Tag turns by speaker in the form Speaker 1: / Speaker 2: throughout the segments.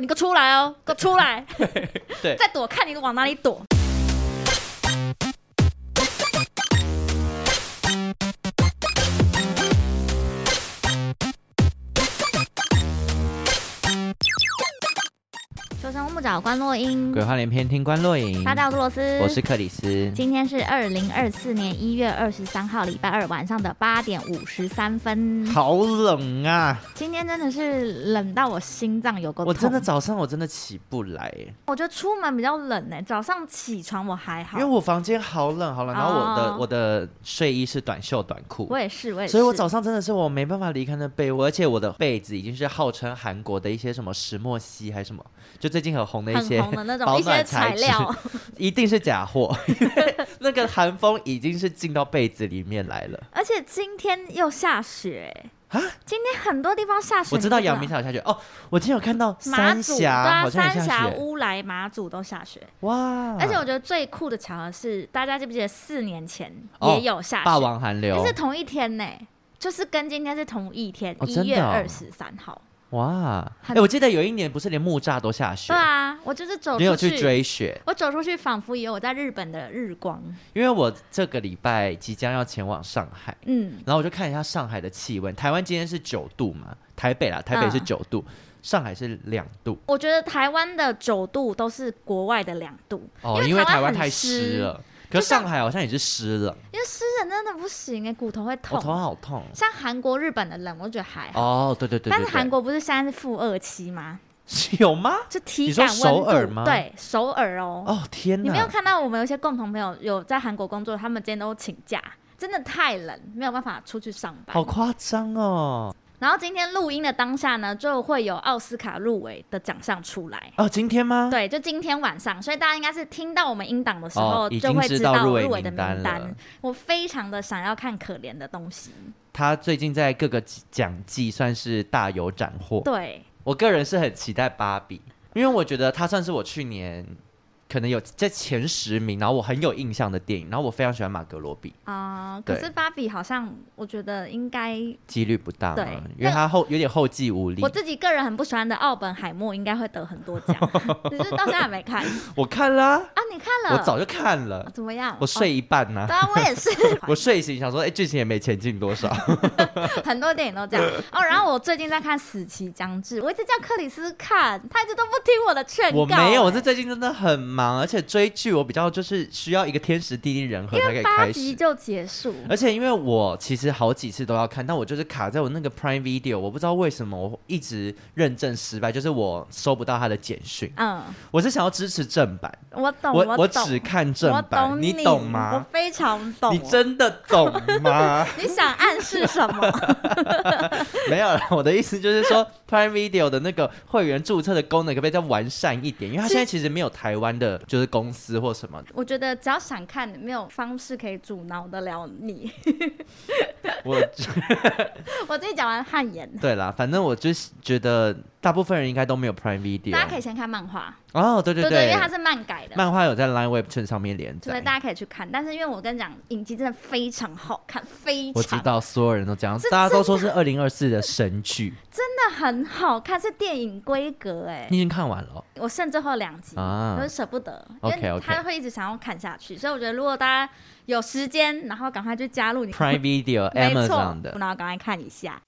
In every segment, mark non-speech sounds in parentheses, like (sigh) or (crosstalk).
Speaker 1: 你给我出来
Speaker 2: (laughs)
Speaker 1: 哦，给我出来！
Speaker 2: 对
Speaker 1: 再躲，看你往哪里躲。求生木找关洛英，
Speaker 2: 鬼话连篇，听官落影。
Speaker 1: 大家好，我是罗斯，
Speaker 2: 我是克里斯。
Speaker 1: 今天是二零二四年一月二十三号，礼拜二晚上的八点五十三分。
Speaker 2: 好冷啊！
Speaker 1: 今天真的是冷到我心脏有个
Speaker 2: 我真的，早上我真的起不来，欸
Speaker 1: 我觉得出门比较冷呢、早上起床我还好，
Speaker 2: 因为我房间好冷好冷，然后我的、
Speaker 1: 哦
Speaker 2: 我的睡衣是短袖短裤
Speaker 1: 我，也是，我也是，
Speaker 2: 所以我早上真的是我没办法离开那被窝，而且我的被子已经是号称韩国的一些什么石墨烯还是什么，就最近很红的一
Speaker 1: 很
Speaker 2: 些
Speaker 1: 红的那种
Speaker 2: 保
Speaker 1: 一些
Speaker 2: 暖
Speaker 1: 材
Speaker 2: 材质
Speaker 1: 料，
Speaker 2: (laughs) 一定是假货， (laughs) 那个寒风已经是进到被子里面
Speaker 1: (laughs)
Speaker 2: 来了。
Speaker 1: (laughs) 而且今天又下雪、欸
Speaker 2: 啊
Speaker 1: 今天很多地方下雪，
Speaker 2: 我知道
Speaker 1: 你
Speaker 2: 阳明山有下雪哦，我今天有看到
Speaker 1: 马
Speaker 2: 三
Speaker 1: 祖对啊，
Speaker 2: 峡好像也
Speaker 1: 三
Speaker 2: 下
Speaker 1: 峡、
Speaker 2: 雪，啊
Speaker 1: 乌来、马祖都下雪。
Speaker 2: 哇！
Speaker 1: 而且我觉得最酷的巧合是，大家记不记得四年前
Speaker 2: 哦
Speaker 1: 也有下雪？
Speaker 2: 霸王寒
Speaker 1: 但
Speaker 2: 流
Speaker 1: 是，同一天呢、就是跟今天是同一天，
Speaker 2: 哦
Speaker 1: 一、
Speaker 2: 真
Speaker 1: 月
Speaker 2: 的哦
Speaker 1: 二十三号。
Speaker 2: 哇！哎、
Speaker 1: 很
Speaker 2: 我记得有一年不是连木栅都下雪
Speaker 1: 对，啊，我就是走
Speaker 2: 你
Speaker 1: 出
Speaker 2: 有去追雪，
Speaker 1: 我走出去仿佛有我在日本的日光。
Speaker 2: 因为我这个礼拜即将要前往上海。
Speaker 1: 嗯，
Speaker 2: 然后我就看一下上海的气温，台湾今天是九度嘛，台北啦，台北是
Speaker 1: 嗯
Speaker 2: 九度，上海是两度
Speaker 1: 我觉得台湾的九度都是国外的两度，
Speaker 2: 哦，
Speaker 1: 因
Speaker 2: 因
Speaker 1: 为
Speaker 2: 为
Speaker 1: 台
Speaker 2: 台
Speaker 1: 湾
Speaker 2: 湾
Speaker 1: 很
Speaker 2: 太
Speaker 1: 湿
Speaker 2: 湿了。可
Speaker 1: 就是
Speaker 2: 上海好像也是湿冷，
Speaker 1: 因为湿冷真的不行哎、骨头会
Speaker 2: 我
Speaker 1: 痛。
Speaker 2: 头好痛。
Speaker 1: 像韩国、日本的冷，我觉得还好。
Speaker 2: 哦，对对对对对，
Speaker 1: 但是韩国不是现在是负二七吗？
Speaker 2: 是有吗？
Speaker 1: 就体
Speaker 2: 你说
Speaker 1: 感温
Speaker 2: 首尔
Speaker 1: 度
Speaker 2: 吗
Speaker 1: 对，首尔哦。
Speaker 2: 哦天
Speaker 1: 你没有
Speaker 2: 哪！
Speaker 1: 看到我们有一些共同朋友有在韩国工作，他们今天都请假，真的太冷，没有办法出去上班
Speaker 2: 好。夸张哦！
Speaker 1: 然后今天录音的当下呢，就会有奥斯卡入围的奖项出来。
Speaker 2: 哦，今天吗？
Speaker 1: 对，就今天晚上，所以大家应该是听到我们音档的时候，
Speaker 2: 哦已
Speaker 1: 就
Speaker 2: 经
Speaker 1: 会
Speaker 2: 知道
Speaker 1: 道
Speaker 2: 入围
Speaker 1: 入围的
Speaker 2: 名单
Speaker 1: 名
Speaker 2: 了
Speaker 1: 单。我非常的想要看可怜的东西，
Speaker 2: 他最近在各个奖季算是大有斩获。
Speaker 1: 对，
Speaker 2: 我个人是很期待芭比，因为我觉得它算是我去年可能有在前十名，然后我很有印象的电影，然后我非常喜欢马格罗比，
Speaker 1: 啊、可
Speaker 2: 对
Speaker 1: 是芭比好像，我觉得应该
Speaker 2: 几率不大嘛
Speaker 1: 对
Speaker 2: 因为它后有点后继无力
Speaker 1: 我。自己个人很不喜欢的奥本海默应该会得很多
Speaker 2: (laughs)
Speaker 1: 奖，只是到现在还没看啊。
Speaker 2: 我看啦，
Speaker 1: 你看了？
Speaker 2: 我早就看
Speaker 1: 啊
Speaker 2: 了，
Speaker 1: 怎么样？
Speaker 2: 我睡一半呢、。
Speaker 1: 哦。对啊，我也是
Speaker 2: (laughs) 我睡醒想说，哎、剧情也没前进多少。
Speaker 1: 很多电影都这样哦。然后我最近在看《死期将至》，我一直叫克里斯看，他一直都不听我的劝告。
Speaker 2: 我没有，我
Speaker 1: 哎
Speaker 2: 这最近真的很忙，而且追剧我比较就是需要一个天时地利人和才可以
Speaker 1: 八
Speaker 2: 开
Speaker 1: 集
Speaker 2: 始。
Speaker 1: 就结束。
Speaker 2: 而且因为我其实好几次都要看，但我就是卡在我那个 Prime Video，我不知道为什么我一直认证失败，就是我收不到他的简讯。
Speaker 1: 嗯，
Speaker 2: 我是想要支持正版，
Speaker 1: 我懂，
Speaker 2: 我
Speaker 1: 哦我懂
Speaker 2: 只看正
Speaker 1: 我
Speaker 2: 版，
Speaker 1: 懂
Speaker 2: 你
Speaker 1: 你
Speaker 2: 懂
Speaker 1: 我
Speaker 2: 吗？
Speaker 1: 非常懂。
Speaker 2: 你真的懂吗？ (laughs)
Speaker 1: 你想暗示什么？ (laughs)
Speaker 2: 没有啦，我的意思就是说，Prime Video 的那个会员注册的功能可不可以再完善一点？因为它
Speaker 1: 是
Speaker 2: 现在其实没有台湾的，就是公司或什么。
Speaker 1: 我觉得只要想看，没有方式可以阻挠得了你。 (laughs)
Speaker 2: 我，
Speaker 1: 我自己讲完汗颜
Speaker 2: (laughs) 对啦，反正我就是觉得大部分人应该都没有 Prime
Speaker 1: 大家可以
Speaker 2: Video。
Speaker 1: 先看漫画，
Speaker 2: 哦，啊对
Speaker 1: 对
Speaker 2: 对，
Speaker 1: 因为它是漫改的。
Speaker 2: 漫画有在 Line Webtoon 上面连
Speaker 1: 所以
Speaker 2: 载，
Speaker 1: 大家可以去看，但是因为我跟你讲，影集真的非常好看，非
Speaker 2: 我知
Speaker 1: 常
Speaker 2: 道所有人都这样
Speaker 1: 这，
Speaker 2: 大家都说是二零二四的神剧，
Speaker 1: 真的很好看，是电影规格哎、
Speaker 2: 你已经看完
Speaker 1: (laughs)
Speaker 2: 了哦。
Speaker 1: 我剩最后两集，
Speaker 2: 啊
Speaker 1: 我就舍不得，因
Speaker 2: OK，
Speaker 1: 为
Speaker 2: OK
Speaker 1: 他会一直想要看下去，所以我觉得如果大家有时间，然后赶快去加入你
Speaker 2: Prime Video
Speaker 1: (laughs) 没错
Speaker 2: Amazon 的，
Speaker 1: 然后赶快看一下。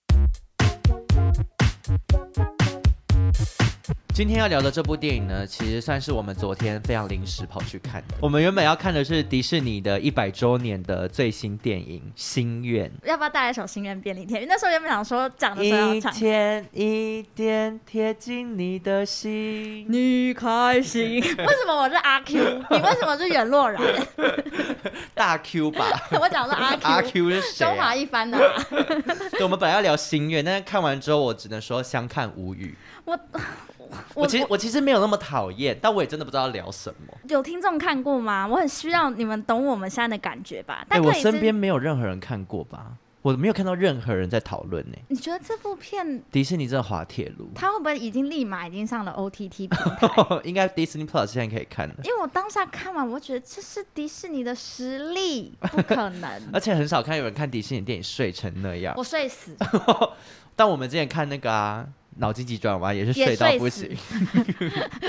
Speaker 2: 今天要聊的这部电影呢，其实算是我们昨天非常临时跑去看的。我们原本要看的是迪士尼的一百周年的最新电影《心愿
Speaker 1: 要不要带来一首《心愿便利贴》？因为那时候原本想说讲》，的时候要
Speaker 2: 一
Speaker 1: 唱。
Speaker 2: 天一点贴近你的心。
Speaker 1: 你开心？ (laughs) 为什么我是阿 Q？你为什么是袁若然？
Speaker 2: 大 Q 吧，
Speaker 1: (laughs) 我讲的是阿 Q，,
Speaker 2: 阿 Q 是谁、
Speaker 1: 中华
Speaker 2: 啊？
Speaker 1: 一番的啊、
Speaker 2: 对，我们本来要聊心愿，但是看完之后，我只能说相看无语。
Speaker 1: 我
Speaker 2: 我其实我其实没有那么讨厌，但我也真的不知道要聊什么。
Speaker 1: 有听众看过吗？我很需要你们懂我们现在的感觉吧。
Speaker 2: 哎、
Speaker 1: 但
Speaker 2: 我
Speaker 1: 克里斯
Speaker 2: 身边没有任何人看过吧？我没有看到任何人在讨论呢。
Speaker 1: 你觉得这部片
Speaker 2: 迪士尼真的滑铁卢，
Speaker 1: 它会不会已经立马已经上了 OTT 平
Speaker 2: (laughs)
Speaker 1: 台？
Speaker 2: 应该 Disney Plus 现在可以看了，
Speaker 1: 因为我当下看完，我觉得这是迪士尼的实力，不可能，
Speaker 2: (laughs) 而且很少看有人看迪士尼电影睡成那样。
Speaker 1: 我睡死。
Speaker 2: 但我们之前看那个啊，脑筋急转弯也是
Speaker 1: 也
Speaker 2: 睡到
Speaker 1: 睡
Speaker 2: 不
Speaker 1: 死
Speaker 2: 行， (laughs)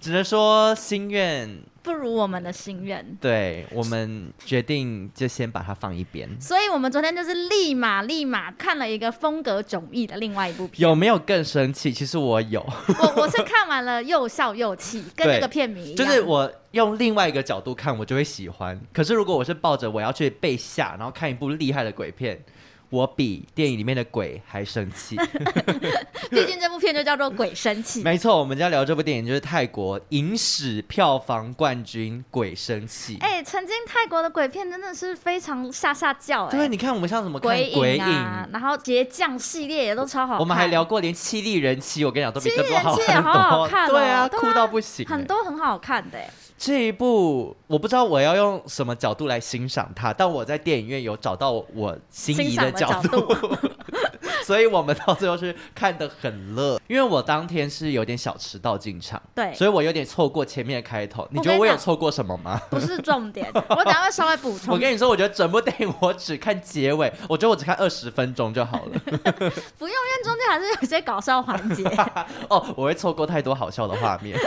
Speaker 2: 只能说心愿。
Speaker 1: 不如我们的心愿。
Speaker 2: 对我们决定就先把它放一边。
Speaker 1: 所以我们昨天就是立马立马看了一个风格迥异的另外一部
Speaker 2: (laughs)
Speaker 1: 片，
Speaker 2: 有没有更生气？其实我有，
Speaker 1: 我我是看完了又笑又气，跟
Speaker 2: 对
Speaker 1: 那个片名一样， (laughs)
Speaker 2: 就是我用另外一个角度看，我就会喜欢。可是如果我是抱着我要去被吓，然后看一部厉害的鬼片，我比电影里面的鬼还生
Speaker 1: (laughs)
Speaker 2: 气。
Speaker 1: 毕竟这部片就叫做《鬼生气》。
Speaker 2: 没错，我们今天要聊这部电影就是泰国影史票房冠军《鬼生气》。
Speaker 1: 哎、曾经泰国的鬼片真的是非常下下叫哎、
Speaker 2: 对，你看我们像什么看
Speaker 1: 鬼
Speaker 2: 鬼
Speaker 1: 影啊，然后倔强系列也都超好看，
Speaker 2: 我们还聊过连《七力人妻》，我跟你讲都比这部好
Speaker 1: 七力人妻也
Speaker 2: 看多。
Speaker 1: 好好看哦
Speaker 2: 对啊，
Speaker 1: 对啊
Speaker 2: 哭到不行、
Speaker 1: 很多很好看的、哎
Speaker 2: 这一部我不知道我要用什么角度来欣赏它，但我在电影院有找到我心仪角
Speaker 1: 欣赏的啊
Speaker 2: 所以我们到最后是看得很乐。因为我当天是有点小迟到进场，
Speaker 1: 对
Speaker 2: 所以我有点错过前面的开头。你
Speaker 1: 我
Speaker 2: 觉得
Speaker 1: 跟
Speaker 2: 我
Speaker 1: 你
Speaker 2: 有
Speaker 1: 讲
Speaker 2: 错过什么吗？
Speaker 1: (laughs) 不是重点，我等一下会稍微补
Speaker 2: (laughs) 我
Speaker 1: 充。
Speaker 2: 跟你说，我觉得整部电影我只看结尾，我觉得我只看二十分钟就好了。 (laughs)
Speaker 1: 不用，因为中间还是有一些搞笑环节。
Speaker 2: 哦，我会错过太多好笑的画
Speaker 1: (laughs)
Speaker 2: 面。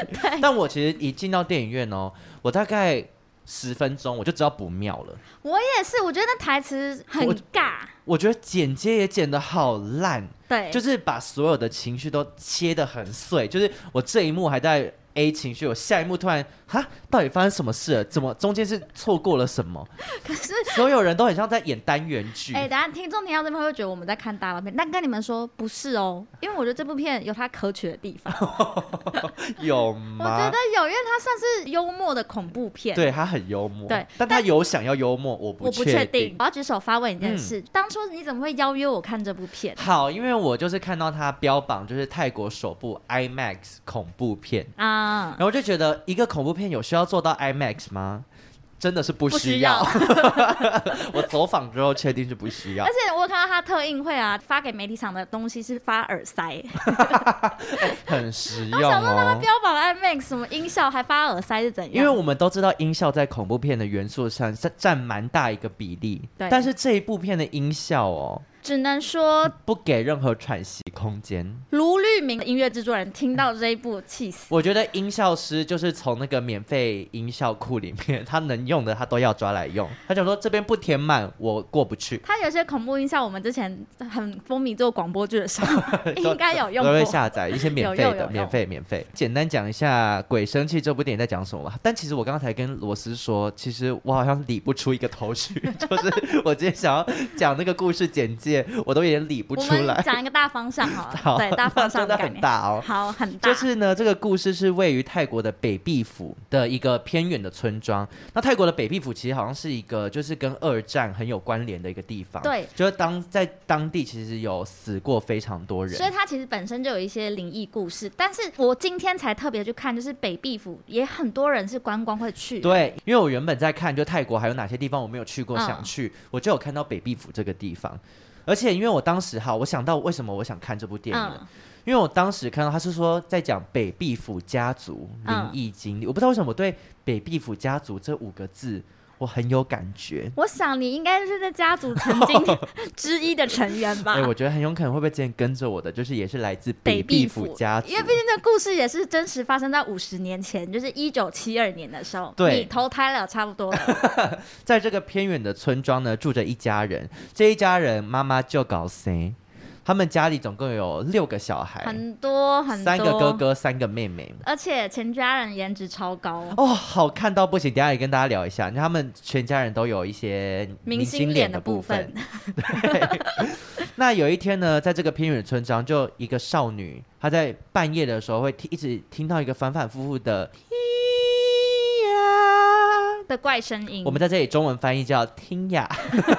Speaker 2: 但我其实一进到电影院哦，我大概十分钟我就知道不妙了。
Speaker 1: 我也是，我觉得那台词很
Speaker 2: 我
Speaker 1: 尬，
Speaker 2: 我觉得剪接也剪得好烂，
Speaker 1: 对，
Speaker 2: 就是把所有的情绪都切得很碎。就是我这一幕还在 A 情绪，我下一幕突然哈，到底发生什么事了？怎么中间是错过了什
Speaker 1: (laughs)
Speaker 2: 么？
Speaker 1: 可是。
Speaker 2: 所有人都很像在演单元剧。
Speaker 1: 哎、等一下听众听到这边会不会觉得我们在看大烂片，但跟你们说不是哦，因为我觉得这部片有它可取的地
Speaker 2: (laughs)
Speaker 1: 方，
Speaker 2: 有
Speaker 1: 我觉
Speaker 2: 吗
Speaker 1: 得？有，因为它算是幽默的恐怖片。
Speaker 2: 对他很幽默，
Speaker 1: 对
Speaker 2: 但他有想要幽默，我
Speaker 1: 我
Speaker 2: 不
Speaker 1: 不
Speaker 2: 确嗯
Speaker 1: 确定。我要举手发问一件事：当初你怎么会邀约我看这部片？ (laughs)
Speaker 2: 好，因为我就是看到它标榜就是泰国首部 IMAX 恐怖片，
Speaker 1: 啊
Speaker 2: 然，后我就觉得一个恐怖片有需要做到 IMAX 吗？真的是不
Speaker 1: 不
Speaker 2: 需
Speaker 1: 需
Speaker 2: 要
Speaker 1: 要。
Speaker 2: (laughs) 我走访之后确定是不需要
Speaker 1: 而。且我有看到他特映会啊，发给媒体场的东西是发耳塞，(laughs)
Speaker 2: 很实
Speaker 1: 然
Speaker 2: 用
Speaker 1: 啊后想说他
Speaker 2: 哦。
Speaker 1: 标榜 IMAX 什么音效，还发耳塞是怎样？
Speaker 2: 因为我们都知道音效在恐怖片的元素上占占蛮大一个比例，
Speaker 1: 对
Speaker 2: 但是这一部片的音效哦，
Speaker 1: 只能说
Speaker 2: 不给任何喘息空间。
Speaker 1: 卢律明的音乐制作人听到这一部气死。
Speaker 2: 我觉得音效师就是从那个免费音效库里面， (laughs) 他能用的他都要抓来用。他想说这边不填满，我过不去，
Speaker 1: 他有些恐怖音效，我们之前很风靡做广播剧的时候，
Speaker 2: (laughs)
Speaker 1: (laughs) 应该有用
Speaker 2: 都会
Speaker 1: 过。
Speaker 2: 下载一 (laughs) 些免费
Speaker 1: 有有
Speaker 2: 的，
Speaker 1: 有
Speaker 2: 免费免费。简单讲一下《鬼生气》这部电影在讲什么吧。但其实我刚才跟罗斯说，其实我好像理不出一个头绪， (laughs) 就是我今天想要讲那个故事简介，我都有点理不
Speaker 1: 我
Speaker 2: 出
Speaker 1: 们
Speaker 2: 来。
Speaker 1: 讲一个大方向好
Speaker 2: 好
Speaker 1: 了，
Speaker 2: (laughs)
Speaker 1: 对大方向
Speaker 2: 真的
Speaker 1: 概
Speaker 2: 很
Speaker 1: 念，
Speaker 2: 大哦。
Speaker 1: 好很大，
Speaker 2: 就是呢，这个故事是位于泰国的北壁府的一个偏远的村庄。那泰国的北壁府其实好像是一个，就是跟二战很有关联的一个地方。
Speaker 1: 对，
Speaker 2: 就是当在当地其实有死过非常多人
Speaker 1: 所。以它其实本身就有一些灵异故事，但是我今天才特别去看，就是北壁府也很多人是观光会去，
Speaker 2: 对，因为我原本在看，就泰国还有哪些地方我没有去过，
Speaker 1: 嗯
Speaker 2: 想去，我就有看到北壁府这个地方。而且因为我当时哈，我想到为什么我想看这部电影了，
Speaker 1: 嗯，
Speaker 2: 因为我当时看到他是说在讲北壁府家族灵
Speaker 1: 嗯
Speaker 2: 异经历，我不知道为什么我对北壁府家族这五个字我很有感觉。
Speaker 1: 我想你应该是这家族曾经
Speaker 2: (laughs)
Speaker 1: 之一的成员吧。
Speaker 2: 哎、我觉得很有可能会不会之前跟着我的，就是也是来自
Speaker 1: 北
Speaker 2: 壁
Speaker 1: 壁
Speaker 2: 府家族
Speaker 1: 因为，毕竟这故事也是真实发生在五十年前，就是一九七二年的时候，
Speaker 2: 对
Speaker 1: 你投胎了差不多了
Speaker 2: 在这个偏远的村庄呢，住着一家人。这一家人妈妈就搞谁，他们家里总共有六个小孩，
Speaker 1: 很多很多，
Speaker 2: 哎三个哥，哥，三个妹妹。
Speaker 1: 而且全家人颜值超高，
Speaker 2: 哦，好看到不行！等一下也跟大家聊一下，他们全家人都有一些
Speaker 1: 明
Speaker 2: 星
Speaker 1: 星
Speaker 2: 脸
Speaker 1: 脸
Speaker 2: 的
Speaker 1: 的
Speaker 2: 部
Speaker 1: 部
Speaker 2: 分
Speaker 1: 分。
Speaker 2: 那有一天呢，在这个偏远村庄，就一个少女，她在半夜的时候会听，一直听到一个反反复复的“听呀
Speaker 1: (laughs) 的怪声”，音
Speaker 2: 我。们在这里中文翻译叫“听呀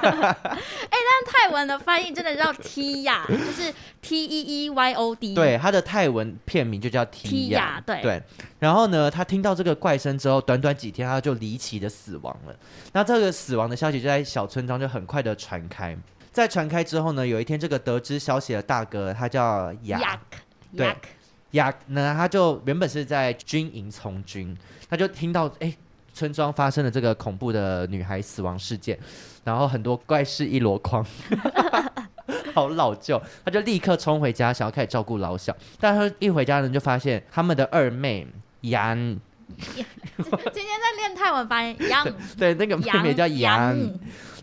Speaker 1: 但泰文的翻译真的叫 T
Speaker 2: (laughs)
Speaker 1: 呀，就是 T E E Y O ”，D。
Speaker 2: 对，她的泰文片名就叫“听
Speaker 1: 听
Speaker 2: 呀
Speaker 1: 呀”，对
Speaker 2: 对。然后呢，她听到这个怪声之后，短短几天，她就离奇的死亡了。那这个死亡的消息就在小村庄就很快的传开。在传开之后呢，有一天这个得知消息的大哥，他叫雅
Speaker 1: Yak
Speaker 2: 对
Speaker 1: Yak，
Speaker 2: 雅呢，他就原本是在军营从军，他就听到哎、村庄发生了这个恐怖的女孩死亡事件，然后很多怪事一箩筐。 (laughs) 好老旧，他就立刻冲回家，想要开始照顾老小。但他一回家呢，就发现他们的二妹杨，
Speaker 1: 今天在练泰文发音，
Speaker 2: (laughs)
Speaker 1: 杨
Speaker 2: 对，那个妹
Speaker 1: 杨
Speaker 2: 妹叫杨
Speaker 1: 杨，，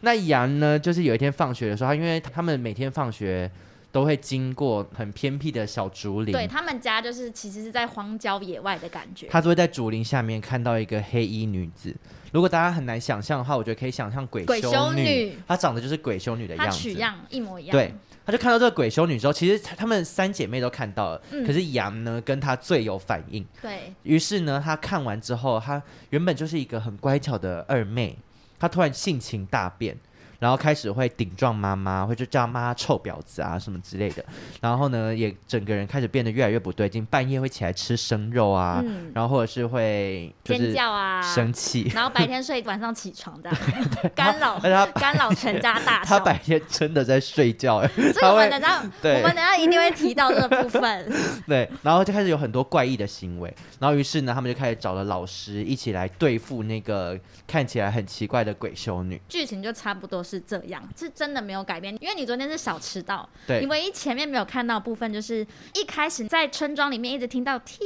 Speaker 2: 那杨呢，就是有一天放学的时候，他因为他们每天放学都会经过很偏僻的小竹林，
Speaker 1: 对他们家就是其实是在荒郊野外的感觉。
Speaker 2: 他都会在竹林下面看到一个黑衣女子。如果大家很难想象的话，我觉得可以想象鬼
Speaker 1: 鬼
Speaker 2: 修
Speaker 1: 修女
Speaker 2: 她长得就是鬼修女的
Speaker 1: 他
Speaker 2: 样
Speaker 1: 取
Speaker 2: 子。
Speaker 1: 样一模一样，
Speaker 2: 对，，他就看到这个鬼修女之后，其实他们三姐妹都看到了，
Speaker 1: 嗯
Speaker 2: 可是杨呢跟她最有反应。
Speaker 1: 对，
Speaker 2: 于是呢，她看完之后，她原本就是一个很乖巧的二妹，她突然性情大变，然后开始会顶撞妈妈，会就叫妈妈臭婊子啊什么之类的。然后呢，也整个人开始变得越来越不对劲，半夜会起来吃生肉啊，
Speaker 1: 嗯，
Speaker 2: 然后或者是会就
Speaker 1: 尖
Speaker 2: 是
Speaker 1: 叫啊，
Speaker 2: 生气。
Speaker 1: 然后白天睡，晚上起床这
Speaker 2: (laughs)
Speaker 1: 样，干扰
Speaker 2: 而且她
Speaker 1: 干扰全家大
Speaker 2: 她
Speaker 1: 小。
Speaker 2: 白天真的在睡觉、欸，
Speaker 1: 所以
Speaker 2: 她
Speaker 1: 我
Speaker 2: 会
Speaker 1: 们等到
Speaker 2: 对
Speaker 1: 我们等到一定会提到这个部分，
Speaker 2: (laughs) 对，然后就开始有很多怪异的行为，然后于是呢，他们就开始找了老师一起来对付那个看起来很奇怪的鬼修女。
Speaker 1: 剧情就差不多是这样，是真的没有改变。因为你昨天是小迟到，你
Speaker 2: 对，
Speaker 1: 唯一前面没有看到的部分就是一开始在村庄里面一直听到“踢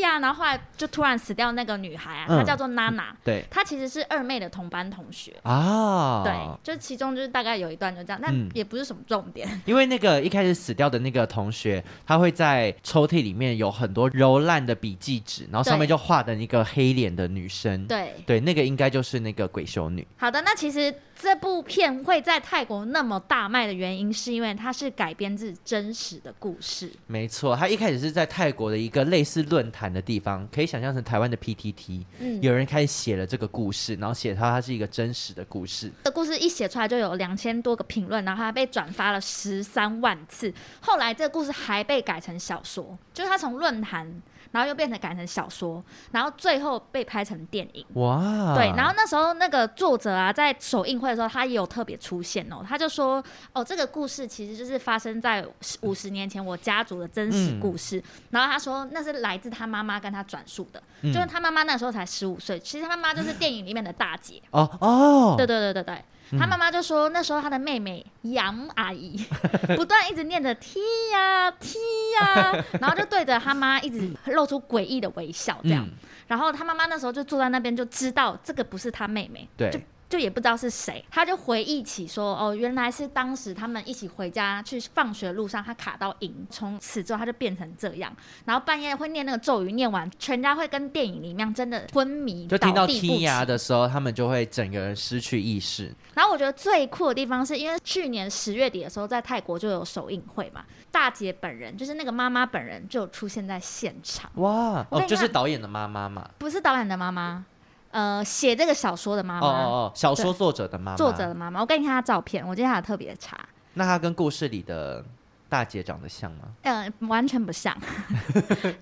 Speaker 1: 呀”，然后后来就突然死掉那个女孩啊，
Speaker 2: 嗯
Speaker 1: 她叫做娜娜，
Speaker 2: 对
Speaker 1: 她其实是二妹的同班同学。
Speaker 2: 啊，
Speaker 1: 对，就其中就是大概有一段就这样，但
Speaker 2: 嗯
Speaker 1: 也不是什么重点。
Speaker 2: 因为那个一开始死掉的那个同学，他会在抽屉里面有很多揉烂的笔记纸，然后上面
Speaker 1: 对
Speaker 2: 就画的一个黑脸的女生。
Speaker 1: 对，
Speaker 2: 对，那个应该就是那个鬼修女。
Speaker 1: 好的，那其实这部片会在泰国那么大卖的原因，是因为它是改编自真实的故事。
Speaker 2: 没错，她一开始是在泰国的一个类似论坛的地方，可以想象成台湾的 PTT。
Speaker 1: 嗯，
Speaker 2: 有人开始写了这个故事，然后写它它是一个真实的故事。
Speaker 1: 这故事一写出来就有两千多个评论，然后它被转发了十三万次。后来这个故事还被改成小说，就是它从论坛，然后又变成改成小说，然后最后被拍成电影。
Speaker 2: 哇，
Speaker 1: 对，然后那时候那个作者啊，在首映会的时候，他也有特别出现哦，他就说，哦，这个故事其实就是发生在五十年前我家族的真实故事。然后他说，那是来自他妈妈跟他转述的，
Speaker 2: 嗯
Speaker 1: 就是他妈妈那时候才十五岁，其实他妈妈就是电影里面的大姐。
Speaker 2: 哦哦，
Speaker 1: 对对对对对，他妈妈就说那时候他的妹妹杨阿姨 (laughs) 不断一直念着踢呀踢呀， (laughs) 然后就对着他妈一直露出诡异的微笑这样。
Speaker 2: 嗯
Speaker 1: 然后他妈妈那时候就坐在那边就知道这个不是他妹妹，
Speaker 2: 对
Speaker 1: 就就也不知道是谁，他就回忆起说，哦，原来是当时他们一起回家去放学路上，他卡到瘾，从此之后他就变成这样，然后半夜会念那个咒语，念完全家会跟电影里一样，真的昏迷，
Speaker 2: 就听到
Speaker 1: 倒地不
Speaker 2: 剔
Speaker 1: 起
Speaker 2: 牙的时候，他们就会整个人失去意识。
Speaker 1: 然后我觉得最酷的地方是因为去年十月底的时候，在泰国就有首映会嘛，大姐本人就是那个妈妈本人就有出现在现场，
Speaker 2: 哇，
Speaker 1: 我跟
Speaker 2: 哦，
Speaker 1: 你
Speaker 2: 就是
Speaker 1: 讲
Speaker 2: 导演的妈妈嘛。
Speaker 1: 不是导演的妈妈，呃，写这个小说的妈
Speaker 2: 哦
Speaker 1: 妈，
Speaker 2: 哦哦，小说作者的妈妈。
Speaker 1: 作者的，妈妈。我给你看她照片，我今天还有特别查，
Speaker 2: 那她跟故事里的大姐长得像吗？
Speaker 1: 嗯、完全不
Speaker 2: (laughs)
Speaker 1: 像，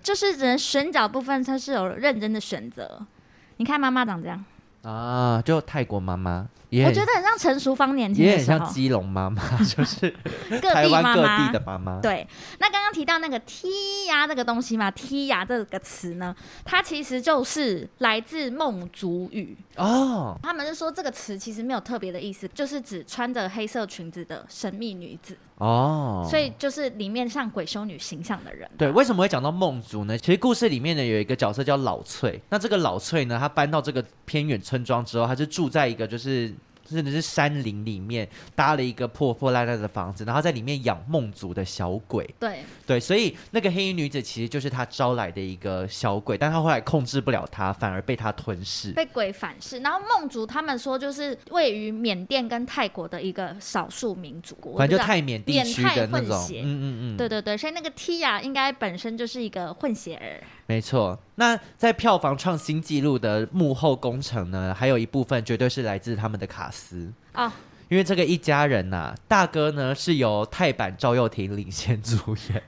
Speaker 1: 就是人选角部分她是有认真的选择。你看妈妈长这样，
Speaker 2: 啊，就泰国妈妈，也
Speaker 1: 我
Speaker 2: 很
Speaker 1: 觉得很像陈淑芳年轻
Speaker 2: 也
Speaker 1: 的
Speaker 2: 很
Speaker 1: 时
Speaker 2: 像
Speaker 1: 候，
Speaker 2: 基隆妈妈，就是
Speaker 1: (laughs) 各
Speaker 2: 台
Speaker 1: 地
Speaker 2: 湾
Speaker 1: 妈
Speaker 2: 各
Speaker 1: 妈
Speaker 2: 地的妈妈。
Speaker 1: 对，那刚刚提到那个“踢呀”这个东西嘛，“踢呀”这个词呢，它其实就是来自孟族语。
Speaker 2: 哦，
Speaker 1: 他们就说这个词其实没有特别的意思，就是指穿着黑色裙子的神秘女子，
Speaker 2: 哦，
Speaker 1: 所以就是里面像鬼修女形象的人。啊
Speaker 2: 对，为什么会讲到孟族呢？其实故事里面呢有一个角色叫老翠，那这个老翠呢，她搬到这个偏远村庄之后，她是住在一个就是。真的是山林里面搭了一个破破烂烂的房子，然后在里面养孟族的小鬼，
Speaker 1: 对，
Speaker 2: 对，所以那个黑衣女子其实就是她招来的一个小鬼，但她后来控制不了她，反而被她吞噬。
Speaker 1: 被鬼反噬。然后孟族他们说就是位于缅甸跟泰国的一个少数民族，我不
Speaker 2: 反
Speaker 1: 知
Speaker 2: 正
Speaker 1: 道
Speaker 2: 就泰缅地
Speaker 1: 缅
Speaker 2: 区
Speaker 1: 泰
Speaker 2: 的那
Speaker 1: 混
Speaker 2: 种，
Speaker 1: 血
Speaker 2: 嗯嗯嗯，
Speaker 1: 对对对，所以那个 Tia 应该本身就是一个混血儿。
Speaker 2: 没错，那在票房创新纪录的幕后工程呢，还有一部分绝对是来自他们的卡斯
Speaker 1: 哦
Speaker 2: 因为这个一家人呐、大哥呢是由泰版赵又廷领衔主演，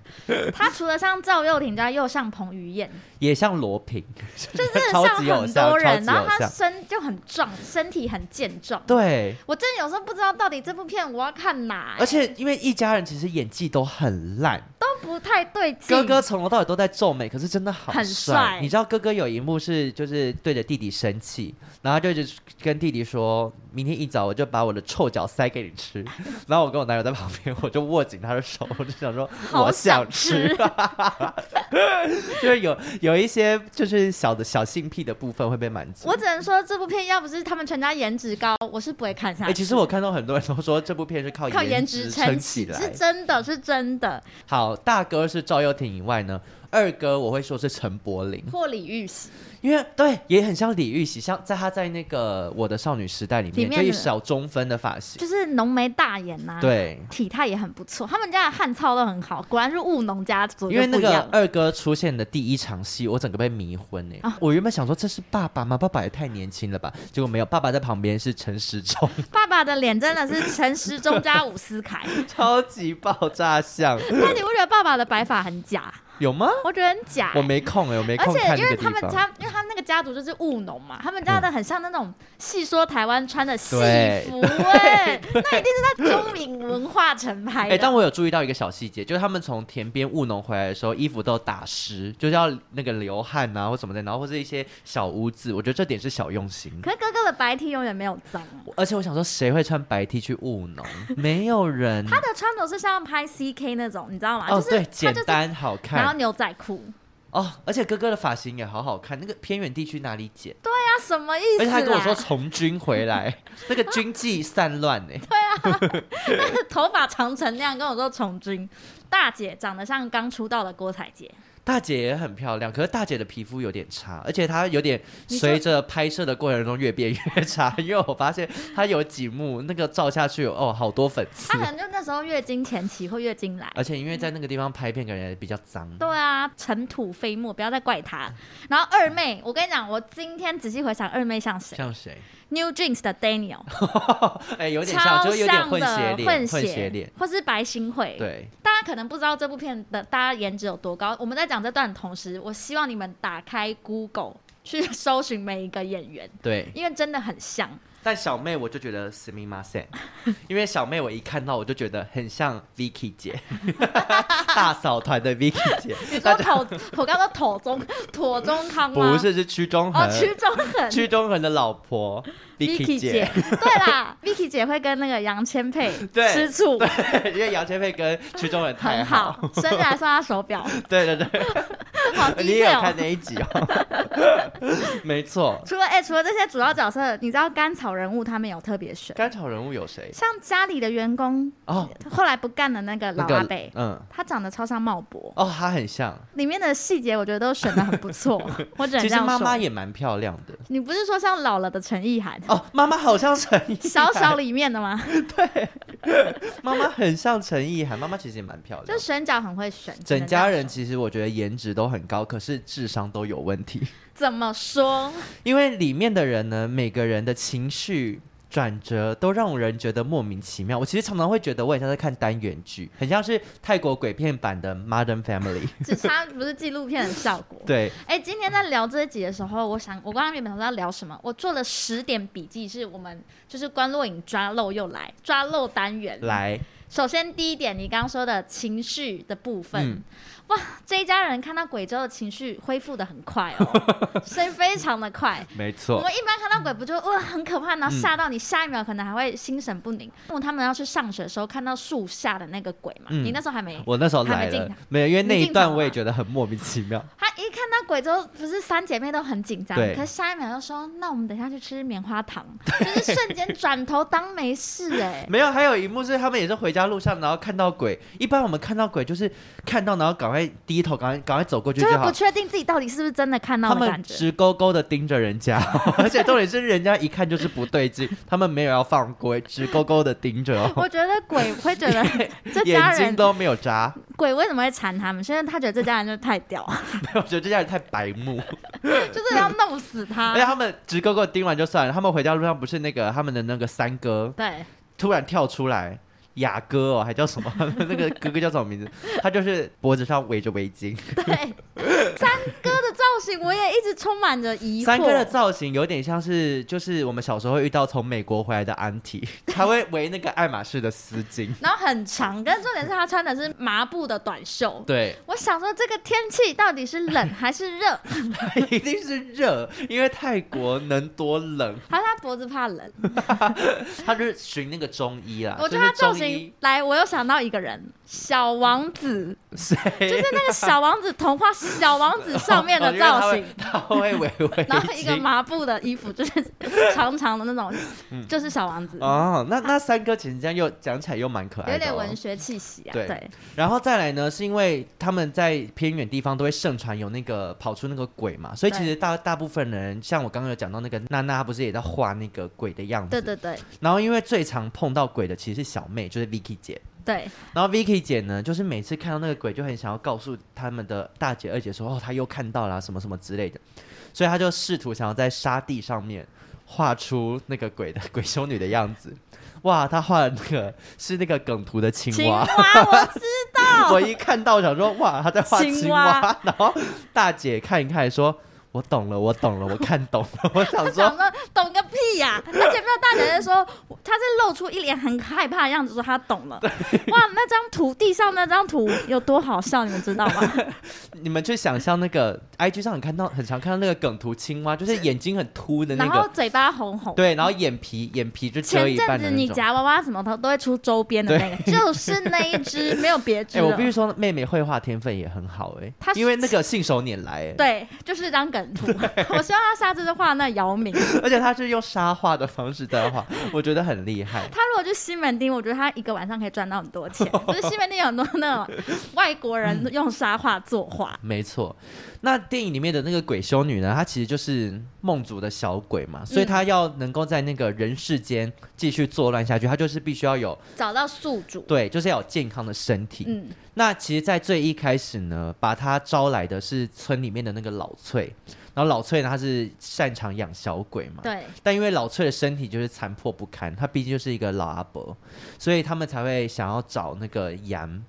Speaker 1: 他除了像赵又廷之外，又像彭于
Speaker 2: (laughs)
Speaker 1: 晏，
Speaker 2: 也像罗平，就
Speaker 1: 真
Speaker 2: (laughs) 超
Speaker 1: 的像
Speaker 2: 级偶
Speaker 1: 很
Speaker 2: 像，
Speaker 1: 多
Speaker 2: 超
Speaker 1: 人，
Speaker 2: 级
Speaker 1: 然后
Speaker 2: 偶
Speaker 1: 他
Speaker 2: 像。
Speaker 1: 身就很壮，身体很健壮。
Speaker 2: 对，
Speaker 1: 我真的有时候不知道到底这部片我要看哪、
Speaker 2: 而且因为一家人其实演技都很烂，
Speaker 1: 都不太对劲。
Speaker 2: 哥哥从头到尾都在皱眉，可是真的好
Speaker 1: 很
Speaker 2: 帅
Speaker 1: 帅。
Speaker 2: 你知道哥哥有一幕是就是对着弟弟生气，然后他就一直跟弟弟说：“明天一早我就把我的臭脚塞给你吃。” (laughs) 然后我跟我男友在旁边，我就握紧他的手，我就想说：“
Speaker 1: 好
Speaker 2: 我
Speaker 1: 想
Speaker 2: 吃。” (laughs) 就是有有一些就是小的小性癖的部分会被满足。
Speaker 1: 我只能说这部片要不是他们全家颜值高，我是不会看下
Speaker 2: 哎、
Speaker 1: 去。
Speaker 2: 其实我看到很多人都说这部片是靠
Speaker 1: 靠颜
Speaker 2: 值
Speaker 1: 值
Speaker 2: 撑
Speaker 1: 撑
Speaker 2: 起来，
Speaker 1: 是真的，是真的，
Speaker 2: 好，大哥是赵又廷以外呢，二哥我会说是陈柏霖，
Speaker 1: 破李玉玺。
Speaker 2: 因为对也很像李玉玺，像在他在那个《我的少女时代》里面，
Speaker 1: 里面
Speaker 2: 就一
Speaker 1: 的啊
Speaker 2: 小中分的发型，
Speaker 1: 就是浓眉大眼呐、，
Speaker 2: 对。
Speaker 1: 体态也很不错，他们家的汗操都很好，果然是务农家族，
Speaker 2: 因为
Speaker 1: 就
Speaker 2: 那
Speaker 1: 不一
Speaker 2: 个
Speaker 1: 样了
Speaker 2: 二哥出现的第一场戏，我整个被迷昏哎、
Speaker 1: 啊
Speaker 2: 我原本想说这是爸爸吗？爸爸也太年轻了吧？结果没有，爸爸在旁边是陈时中，
Speaker 1: (laughs) 爸爸的脸真的是陈时中加伍思凯，
Speaker 2: 超级爆炸像，
Speaker 1: 但你不觉得爸爸的白发很假？
Speaker 2: 有吗？
Speaker 1: 我觉得很假、
Speaker 2: 我没空哎、我没
Speaker 1: 而
Speaker 2: 空
Speaker 1: 且
Speaker 2: 看
Speaker 1: 因
Speaker 2: 那
Speaker 1: 为
Speaker 2: 个地
Speaker 1: 他们
Speaker 2: 方。嗯
Speaker 1: 家，因为他们那个家族就是务农嘛，他们家的很像那种戏说台湾穿的戏服
Speaker 2: 对
Speaker 1: 哎、 (laughs) 那一定是在中影文化城拍
Speaker 2: 哎、
Speaker 1: 的。
Speaker 2: 但我有注意到一个小细节，就是他们从田边务农回来的时候，衣服都有打湿，就是要那个流汗啊或什么的，然后或是一些小污渍，我觉得这点是小用心。
Speaker 1: 可是哥哥的白 T 永远没有脏、啊，
Speaker 2: 而且我想说，谁会穿白 T 去务
Speaker 1: (laughs)
Speaker 2: 农？没有人。
Speaker 1: 他的穿着是像拍 CK 那种，你知道吗？
Speaker 2: 哦，
Speaker 1: 就是
Speaker 2: 对，
Speaker 1: 他
Speaker 2: 简
Speaker 1: 就是
Speaker 2: 单好
Speaker 1: 然后
Speaker 2: 看
Speaker 1: 牛仔裤，
Speaker 2: 哦，而且哥哥的发型也好好看，那个偏远地区哪里剪？
Speaker 1: 那哎什么意
Speaker 2: 而
Speaker 1: 思啊
Speaker 2: 且
Speaker 1: 啦？
Speaker 2: 他跟我说从军回来，那个军纪散乱哎、
Speaker 1: (laughs) 头发长成那样，跟我说从军。大姐长得像刚出道的郭采洁，
Speaker 2: 大姐也很漂亮，可是大姐的皮肤有点差，而且她有点
Speaker 1: 你说
Speaker 2: 随着拍摄的过程中越变越差， (laughs) 因为我发现她有几幕那个照下去，哦，好多粉丝
Speaker 1: 她，可能就那时候月经前期或月经来。
Speaker 2: 而且因为在那个地方拍片，感觉比较脏。
Speaker 1: 对啊，尘土飞沫，不要再怪她。然后二妹，我跟你讲，我今天仔细回想，二妹像谁
Speaker 2: 像谁？
Speaker 1: ？New Jeans 的 Daniel，
Speaker 2: 哎、有点像，
Speaker 1: 超
Speaker 2: 就有点
Speaker 1: 像
Speaker 2: 混血
Speaker 1: 的
Speaker 2: 脸，
Speaker 1: 混
Speaker 2: 混血脸。
Speaker 1: 或是白新慧。
Speaker 2: 对，
Speaker 1: 大家可能不知道这部片的大家颜值有多高。我们在讲这段的同时，我希望你们打开 Google 去搜寻每一个演员，
Speaker 2: 对，
Speaker 1: 因为真的很像。
Speaker 2: 但小妹我就觉得 s m i m a s e n (laughs) 因为小妹我一看到我就觉得很像 Vicky 姐， (laughs) 大嫂团的 Vicky 姐，
Speaker 1: 你说妥，我刚说妥中妥中康吗？
Speaker 2: 不是是屈中恒，
Speaker 1: 哦，曲中恒
Speaker 2: 屈中恒的老婆 Vicky 姐，
Speaker 1: 对啦，Vicky 姐会跟那个杨千霈
Speaker 2: (laughs) 对
Speaker 1: 吃醋，
Speaker 2: 因为杨千霈跟屈中恒太
Speaker 1: 很
Speaker 2: 好，
Speaker 1: 好，甚至还送她手表，
Speaker 2: (laughs) 对对对，
Speaker 1: 好
Speaker 2: 你也有
Speaker 1: detail
Speaker 2: 看。那一集哦， (laughs) 没错。
Speaker 1: 除了哎、除了这些主要角色，你知道甘草人物他们有特别选，
Speaker 2: 甘草人物有谁？
Speaker 1: 像家里的员工
Speaker 2: 哦，
Speaker 1: 后来不干的那个老
Speaker 2: 那
Speaker 1: 阿
Speaker 2: 个
Speaker 1: 伯，
Speaker 2: 嗯，
Speaker 1: 他长得超像茂博，
Speaker 2: 哦，他很像。
Speaker 1: 里面的细节我觉得都选的很不
Speaker 2: (laughs)
Speaker 1: 错，我只能这
Speaker 2: 其实
Speaker 1: 样
Speaker 2: 妈妈
Speaker 1: 说。
Speaker 2: 也蛮漂亮的
Speaker 1: 你不是说像老了的陈意涵，
Speaker 2: 哦，妈妈
Speaker 1: (laughs)
Speaker 2: 好像陈意涵，
Speaker 1: 小小里面的吗？ (laughs)
Speaker 2: 妈妈很像陈意涵，妈妈其实也蛮漂亮
Speaker 1: 就
Speaker 2: 的。
Speaker 1: 选角很会选，只
Speaker 2: 整
Speaker 1: 能这样
Speaker 2: 家人
Speaker 1: 说
Speaker 2: 其实我觉得颜值都很高，可是智商都有问题。
Speaker 1: 怎么说？ (laughs)
Speaker 2: 因为里面的人呢，每个人的情绪转折都让人觉得莫名其妙。我其实常常会觉得，我很像在看单元剧，很像是泰国鬼片版的《Modern
Speaker 1: (laughs)
Speaker 2: Family》。
Speaker 1: 只差不是纪录片的效果。
Speaker 2: 对，
Speaker 1: 哎、今天在聊这一集的时候，我想我刚刚原本想说要聊什么，我做了十点笔记，是我们就是关洛影抓漏又来抓漏单元。，
Speaker 2: 来，
Speaker 1: 首先第一点，你刚刚说的情绪的部分，
Speaker 2: 嗯
Speaker 1: 哇，这一家人看到鬼之后情绪恢复的很快哦，所以非常的
Speaker 2: (laughs)
Speaker 1: 快。
Speaker 2: 没
Speaker 1: 我
Speaker 2: 错，
Speaker 1: 们一般看到鬼不就哇很可怕，然后
Speaker 2: 嗯
Speaker 1: 吓到你，下一秒可能还会心神不宁。因为他们要去上学的时候看到树下的那个鬼嘛，
Speaker 2: 嗯
Speaker 1: 你那时候还没
Speaker 2: 我那时候来
Speaker 1: 还没进
Speaker 2: 了
Speaker 1: 场，
Speaker 2: 没有，因为那
Speaker 1: 你
Speaker 2: 一
Speaker 1: 进
Speaker 2: 段
Speaker 1: 场
Speaker 2: 我也
Speaker 1: 了
Speaker 2: 觉得很莫名其
Speaker 1: (laughs)
Speaker 2: 妙。
Speaker 1: 她一看到鬼之后，不是三姐妹都很紧张，
Speaker 2: 对
Speaker 1: 可是下一秒就说：“那我们等一下去吃棉花
Speaker 2: (laughs)
Speaker 1: 糖。”就是瞬间转头当没事哎、
Speaker 2: 没有，还有一幕是他们也是回家路上，然后看到鬼。一般我们看到鬼就是看到，然后赶快低头，赶快赶快走过去
Speaker 1: 就是
Speaker 2: 好
Speaker 1: 不。确定自己到底是不是真的看到
Speaker 2: 他
Speaker 1: 的
Speaker 2: 们
Speaker 1: 感觉。
Speaker 2: 直勾勾的盯着
Speaker 1: (laughs)
Speaker 2: 人家，而且重点是人家一看就是不对劲，他们没有要放过，直勾勾的盯着哦，
Speaker 1: (laughs) 我觉得鬼会觉得 (laughs) 这家
Speaker 2: (laughs) 眼睛
Speaker 1: 人
Speaker 2: 都没有眨。
Speaker 1: 鬼为什么会缠他们？是因为他觉得这家人就太
Speaker 2: (laughs)
Speaker 1: 屌，
Speaker 2: 我觉得这家人太白目，
Speaker 1: 就是要弄死他
Speaker 2: 而且。他们直勾勾地盯完就算了，他们回家路上不是那个他们的那个三哥
Speaker 1: 对，
Speaker 2: 突然跳出来。雅哥哦，还叫什么？ (laughs) 那个哥哥叫什么名字？他就是脖子上围着围巾，
Speaker 1: 对，三哥的造型我也一直充满着疑惑。
Speaker 2: 三哥的造型有点像是，就是我们小时候会遇到从美国回来的安体，他会围那个爱马仕的丝巾。
Speaker 1: 然后很长，但重点是他穿的是麻布的短袖。
Speaker 2: 对，
Speaker 1: 我想说，这个天气到底是冷还是热？
Speaker 2: (laughs) 一定是热，因为泰国能多冷？
Speaker 1: (laughs) 还是他脖子怕冷？
Speaker 2: 他就是寻那个中医啦。
Speaker 1: 我觉
Speaker 2: 啊就
Speaker 1: 得他
Speaker 2: 是
Speaker 1: 造
Speaker 2: 中
Speaker 1: 型
Speaker 2: 医
Speaker 1: 来，我又想到一个人，小王
Speaker 2: (laughs)
Speaker 1: 子，
Speaker 2: 谁？
Speaker 1: 就是那个小王子童话《小王子》 (laughs) 上面
Speaker 2: 哦
Speaker 1: 的
Speaker 2: 因为他
Speaker 1: 造
Speaker 2: 会 (laughs)
Speaker 1: 型。
Speaker 2: 他会围
Speaker 1: (laughs)
Speaker 2: 围
Speaker 1: 然后一个
Speaker 2: 巾
Speaker 1: 麻布的衣服，就是长长的那种，就是小王子，
Speaker 2: 嗯 (laughs) 哦，那那三哥其实这样又讲起来又蛮可爱的、哦，
Speaker 1: 有点文学气息啊。
Speaker 2: 对
Speaker 1: 对，
Speaker 2: 然后再来呢，是因为他们在偏远地方都会盛传有那个跑出那个鬼嘛，所以其实大大部分人，像我刚刚有讲到那个娜娜，她不是也在画那个鬼的样子？
Speaker 1: 对对对
Speaker 2: 然后因为最常碰到鬼的其实是小妹，就是 Vicky 姐。
Speaker 1: 对，
Speaker 2: 然后 Vicky 姐呢，就是每次看到那个鬼，就很想要告诉他们的大姐、二姐说，哦，她又看到了啊、什么什么之类的，所以她就试图想要在沙地上面画出那个鬼的鬼修女的样子。哇，她画的那个是那个梗图的青
Speaker 1: 青 (laughs)
Speaker 2: 蛙
Speaker 1: 蛙，。
Speaker 2: (laughs)
Speaker 1: 我知道，
Speaker 2: 我一看到想说哇，他在画青
Speaker 1: 青蛙
Speaker 2: 然后 (laughs) 大姐看一看说。我懂了，我懂了，我看懂了。我想
Speaker 1: 懂
Speaker 2: 说，
Speaker 1: 个懂个屁呀、而且没有大姐姐说，她是露出一脸很害怕的样子，说她懂了。哇，那张图地上那张图有多好笑，你们知道吗？
Speaker 2: 你们去想象那个 IG 上很看到，很常看到那个梗图青蛙，就是眼睛很凸 (laughs) 的那
Speaker 1: 然后
Speaker 2: 个，
Speaker 1: 嘴巴红红。
Speaker 2: 对，然后眼皮眼皮就遮
Speaker 1: 前
Speaker 2: 一
Speaker 1: 阵
Speaker 2: 半
Speaker 1: 子
Speaker 2: 的
Speaker 1: 你
Speaker 2: 那种。
Speaker 1: 夹娃娃什么的都会出周边的那个，
Speaker 2: (laughs)
Speaker 1: 就是那一只，没有别只
Speaker 2: 哎，我
Speaker 1: 了
Speaker 2: 必。须说，妹妹绘画天分也很好哎
Speaker 1: 她，是
Speaker 2: 因为那个信手拈来哎，
Speaker 1: 对，就是这张梗图。我希望他下次就画那姚明。
Speaker 2: 而且她是用沙画的方式在画， (laughs) 我觉得很厉害。
Speaker 1: 他如果去西门町，我觉得他一个晚上可以赚到很多钱。就是西门町有很多那
Speaker 2: (laughs)
Speaker 1: 种外国人用沙画作画，
Speaker 2: 没错，那电影里面的那个鬼修女呢，她其实就是梦族的小鬼
Speaker 1: 嗯
Speaker 2: 嘛，所以她要能够在那个人世间继续作乱下去，她就是必须要有
Speaker 1: 找到宿主。
Speaker 2: 对，就是要有健康的身体。
Speaker 1: 嗯，
Speaker 2: 那其实，在最一开始呢，把她招来的是村里面的那个老翠，然后老翠呢，她是擅长养小鬼嘛，
Speaker 1: 对。
Speaker 2: 但因为老翠的身体就是残破不堪，她毕竟就是一个老阿伯，所以他们才会想要找那个杨，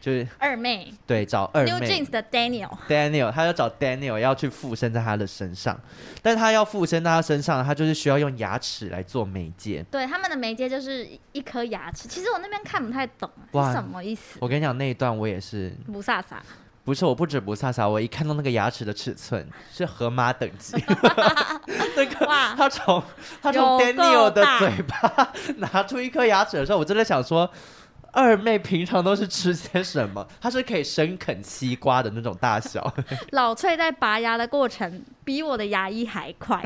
Speaker 2: 就是
Speaker 1: 二妹
Speaker 2: 对找二
Speaker 1: New
Speaker 2: 妹。
Speaker 1: Jeans 的 Daniel，
Speaker 2: Daniel，他要找 Daniel 要去附身在他的身上，但是他要附身在他身上，他就是需要用牙齿来做媒介。
Speaker 1: 对他们的媒介就是一颗牙齿。其实我那边看不太懂啊
Speaker 2: 哇
Speaker 1: 是什么意思，
Speaker 2: 我跟你讲，那一段我也是，
Speaker 1: 不飒飒。
Speaker 2: 不是我不止不飒飒，我一看到那个牙齿的尺寸是河马等级，那个
Speaker 1: 哇
Speaker 2: (laughs) 他从他从
Speaker 1: 有够
Speaker 2: Daniel 的
Speaker 1: 大
Speaker 2: 嘴巴 (laughs) 拿出一颗牙齿的时候，我真的想说。二妹平常都是吃些什么？她是可以生啃西瓜的那种大小，。
Speaker 1: 老翠在拔牙的过程比我的牙医还快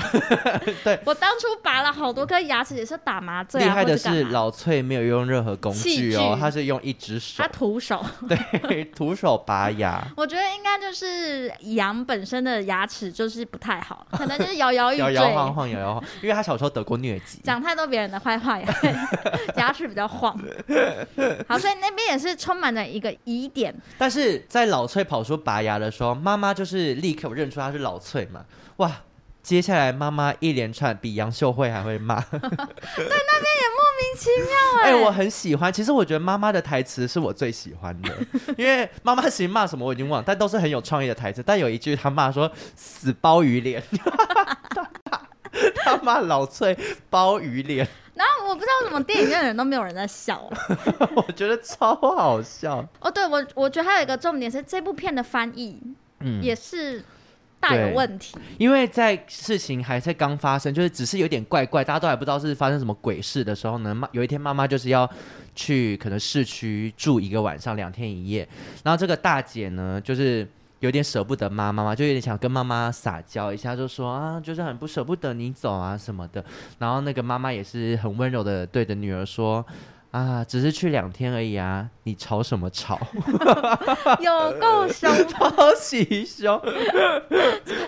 Speaker 2: 对，
Speaker 1: 我当初拔了好多颗牙齿，也是打麻醉、啊。
Speaker 2: 厉害的
Speaker 1: 或干
Speaker 2: 是
Speaker 1: 嘛，
Speaker 2: 老翠没有用任何工
Speaker 1: 器
Speaker 2: 具哦，
Speaker 1: 具
Speaker 2: 她是用一只手
Speaker 1: 他。徒手。
Speaker 2: 对， (laughs) 徒手拔
Speaker 1: (laughs)
Speaker 2: 牙，
Speaker 1: 我觉得应该就是羊本身的牙齿就是不太
Speaker 2: (laughs)
Speaker 1: 好，可能就是摇摇欲
Speaker 2: 摇
Speaker 1: 坠。
Speaker 2: 摇晃晃，摇摇晃，因为他小时候得过疟疾。
Speaker 1: 讲太多别人的坏话也 (laughs) 会牙齿比较
Speaker 2: (laughs)
Speaker 1: 晃。好，所以那边也是充满着一个疑点，
Speaker 2: 但是在老翠跑出拔牙的时候，妈妈就是立刻认出她是老翠嘛，哇！接下来妈妈一连串比杨秀慧还会骂，
Speaker 1: 莫名其妙
Speaker 2: 哎、
Speaker 1: 哎、
Speaker 2: 我很喜欢。其实我觉得妈妈的台词是我最喜欢的， (laughs) 因为妈妈其实骂什么我已经忘了，但都是很有创意的台词。但有一句她骂说“死包鱼脸”， (laughs) 她骂老翠包鱼脸，
Speaker 1: 然后我不知道为什么电影院的人都没有人在笑。
Speaker 2: 我觉得超好笑。
Speaker 1: 哦，对我我觉得还有一个重点是这部片的翻译
Speaker 2: 嗯，
Speaker 1: 也是大有问题。
Speaker 2: 因为在事情还在刚发生，就是只是有点怪怪，大家都还不知道是发生什么鬼事的时候呢，妈有一天妈妈就是要去可能市区住一个晚上，两天一夜。然后这个大姐呢，就是有点舍不得妈妈嘛，就有点想跟妈妈撒娇一下，就说啊，就是很不舍不得你走啊什么的。然后那个妈妈也是很温柔的对着女儿说。啊，只是去两天而已啊！你吵什么吵？
Speaker 1: 有够
Speaker 2: (laughs)
Speaker 1: 凶，
Speaker 2: 好喜凶，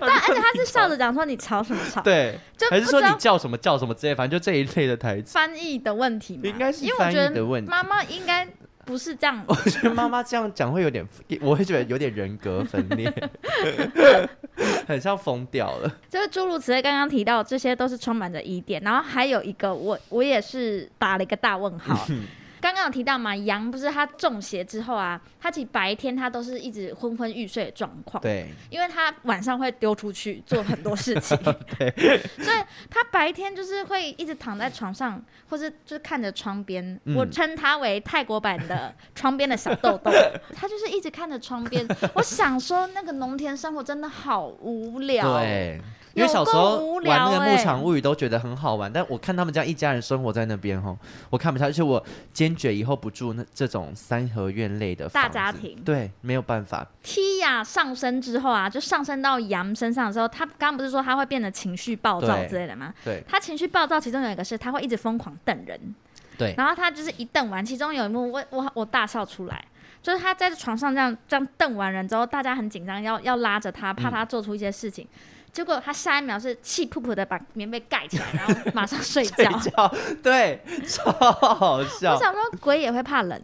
Speaker 1: 但而且他是笑着讲说你吵什么吵，
Speaker 2: 对，
Speaker 1: 就
Speaker 2: 还是
Speaker 1: 不
Speaker 2: 说
Speaker 1: 知
Speaker 2: 你
Speaker 1: 道
Speaker 2: 叫什么叫什么之类，反正就这一类的台词。
Speaker 1: 翻译的问题嘛，
Speaker 2: (laughs) 应该是
Speaker 1: 因为我
Speaker 2: 翻译
Speaker 1: 觉得
Speaker 2: 的问题哦
Speaker 1: 妈妈应该不是这样，
Speaker 2: (laughs) 我觉得妈妈这样讲会有点，我会觉得有点人格分
Speaker 1: (laughs)
Speaker 2: 裂，很像疯掉了。
Speaker 1: 就是诸如此类。刚刚提到这
Speaker 2: 嗯
Speaker 1: 些都是充满着疑点，然后还有一个我我也是打了一个大问号。刚刚刚有提到嘛，羊不是它中邪之后啊，它其实白天它都是一直昏昏欲睡的状况，
Speaker 2: 对，
Speaker 1: 因为它晚上会丢出去做很多事
Speaker 2: (laughs)
Speaker 1: 情，所以它白天就是会一直躺在床上，或是就是看着窗边，
Speaker 2: 嗯
Speaker 1: 我称它为泰国版的窗边的小豆
Speaker 2: (laughs)
Speaker 1: 豆，它就是一直看着窗边。我想说，那个农田生活真的好无聊，
Speaker 2: 对，因
Speaker 1: 有
Speaker 2: 为小时
Speaker 1: 够
Speaker 2: 候
Speaker 1: 无
Speaker 2: 玩那个
Speaker 1: 聊
Speaker 2: 《
Speaker 1: 欸
Speaker 2: 牧场物语》都觉得很好玩，但我看他们家一家人生活在那边吼，我看不下去，而且我坚决以后不住那这种三合院类的
Speaker 1: 大
Speaker 2: 房
Speaker 1: 家
Speaker 2: 子
Speaker 1: 庭
Speaker 2: 对，没有办法，
Speaker 1: 踢呀上升之后啊，就上升到羊身上的时候，啊他刚刚不是说他会变得情绪暴躁
Speaker 2: 对
Speaker 1: 之类的吗？
Speaker 2: 对
Speaker 1: 他情绪暴躁，其中有一个是他会一直疯狂瞪人，
Speaker 2: 对，
Speaker 1: 然后他就是一瞪完，其中有一幕我我我大笑出来，就是他在床上这样这样瞪完人之后，大家很紧张，要要拉着他，怕他做出一些事情。结果他下一秒是气噗噗的把棉被盖起来，然后马上 (laughs) 睡觉。啊
Speaker 2: 睡觉， (laughs) 对，超好笑
Speaker 1: 我，想说鬼也会怕冷，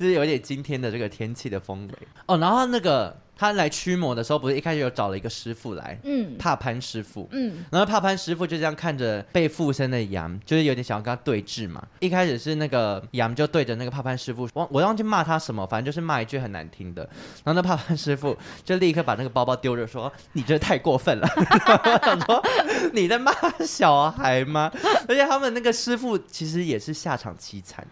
Speaker 2: 就是有点今天的这个天气的风格哦。然后那个他来驱魔的时候，不是一开始有找了一个师傅来，
Speaker 1: 嗯
Speaker 2: 帕潘师傅。
Speaker 1: 嗯，
Speaker 2: 然后帕潘师傅就这样看着被附身的羊，就是有点想要跟他对峙嘛。一开始是那个羊就对着那个帕潘师傅，忘我忘记骂他什么，反正就是骂一句很难听的。然后那帕潘师傅就立刻把那个包包丢着说：“你这太过分了！” (laughs) 我想说你在骂小孩吗？而且他们那个师傅其实也是下场凄惨，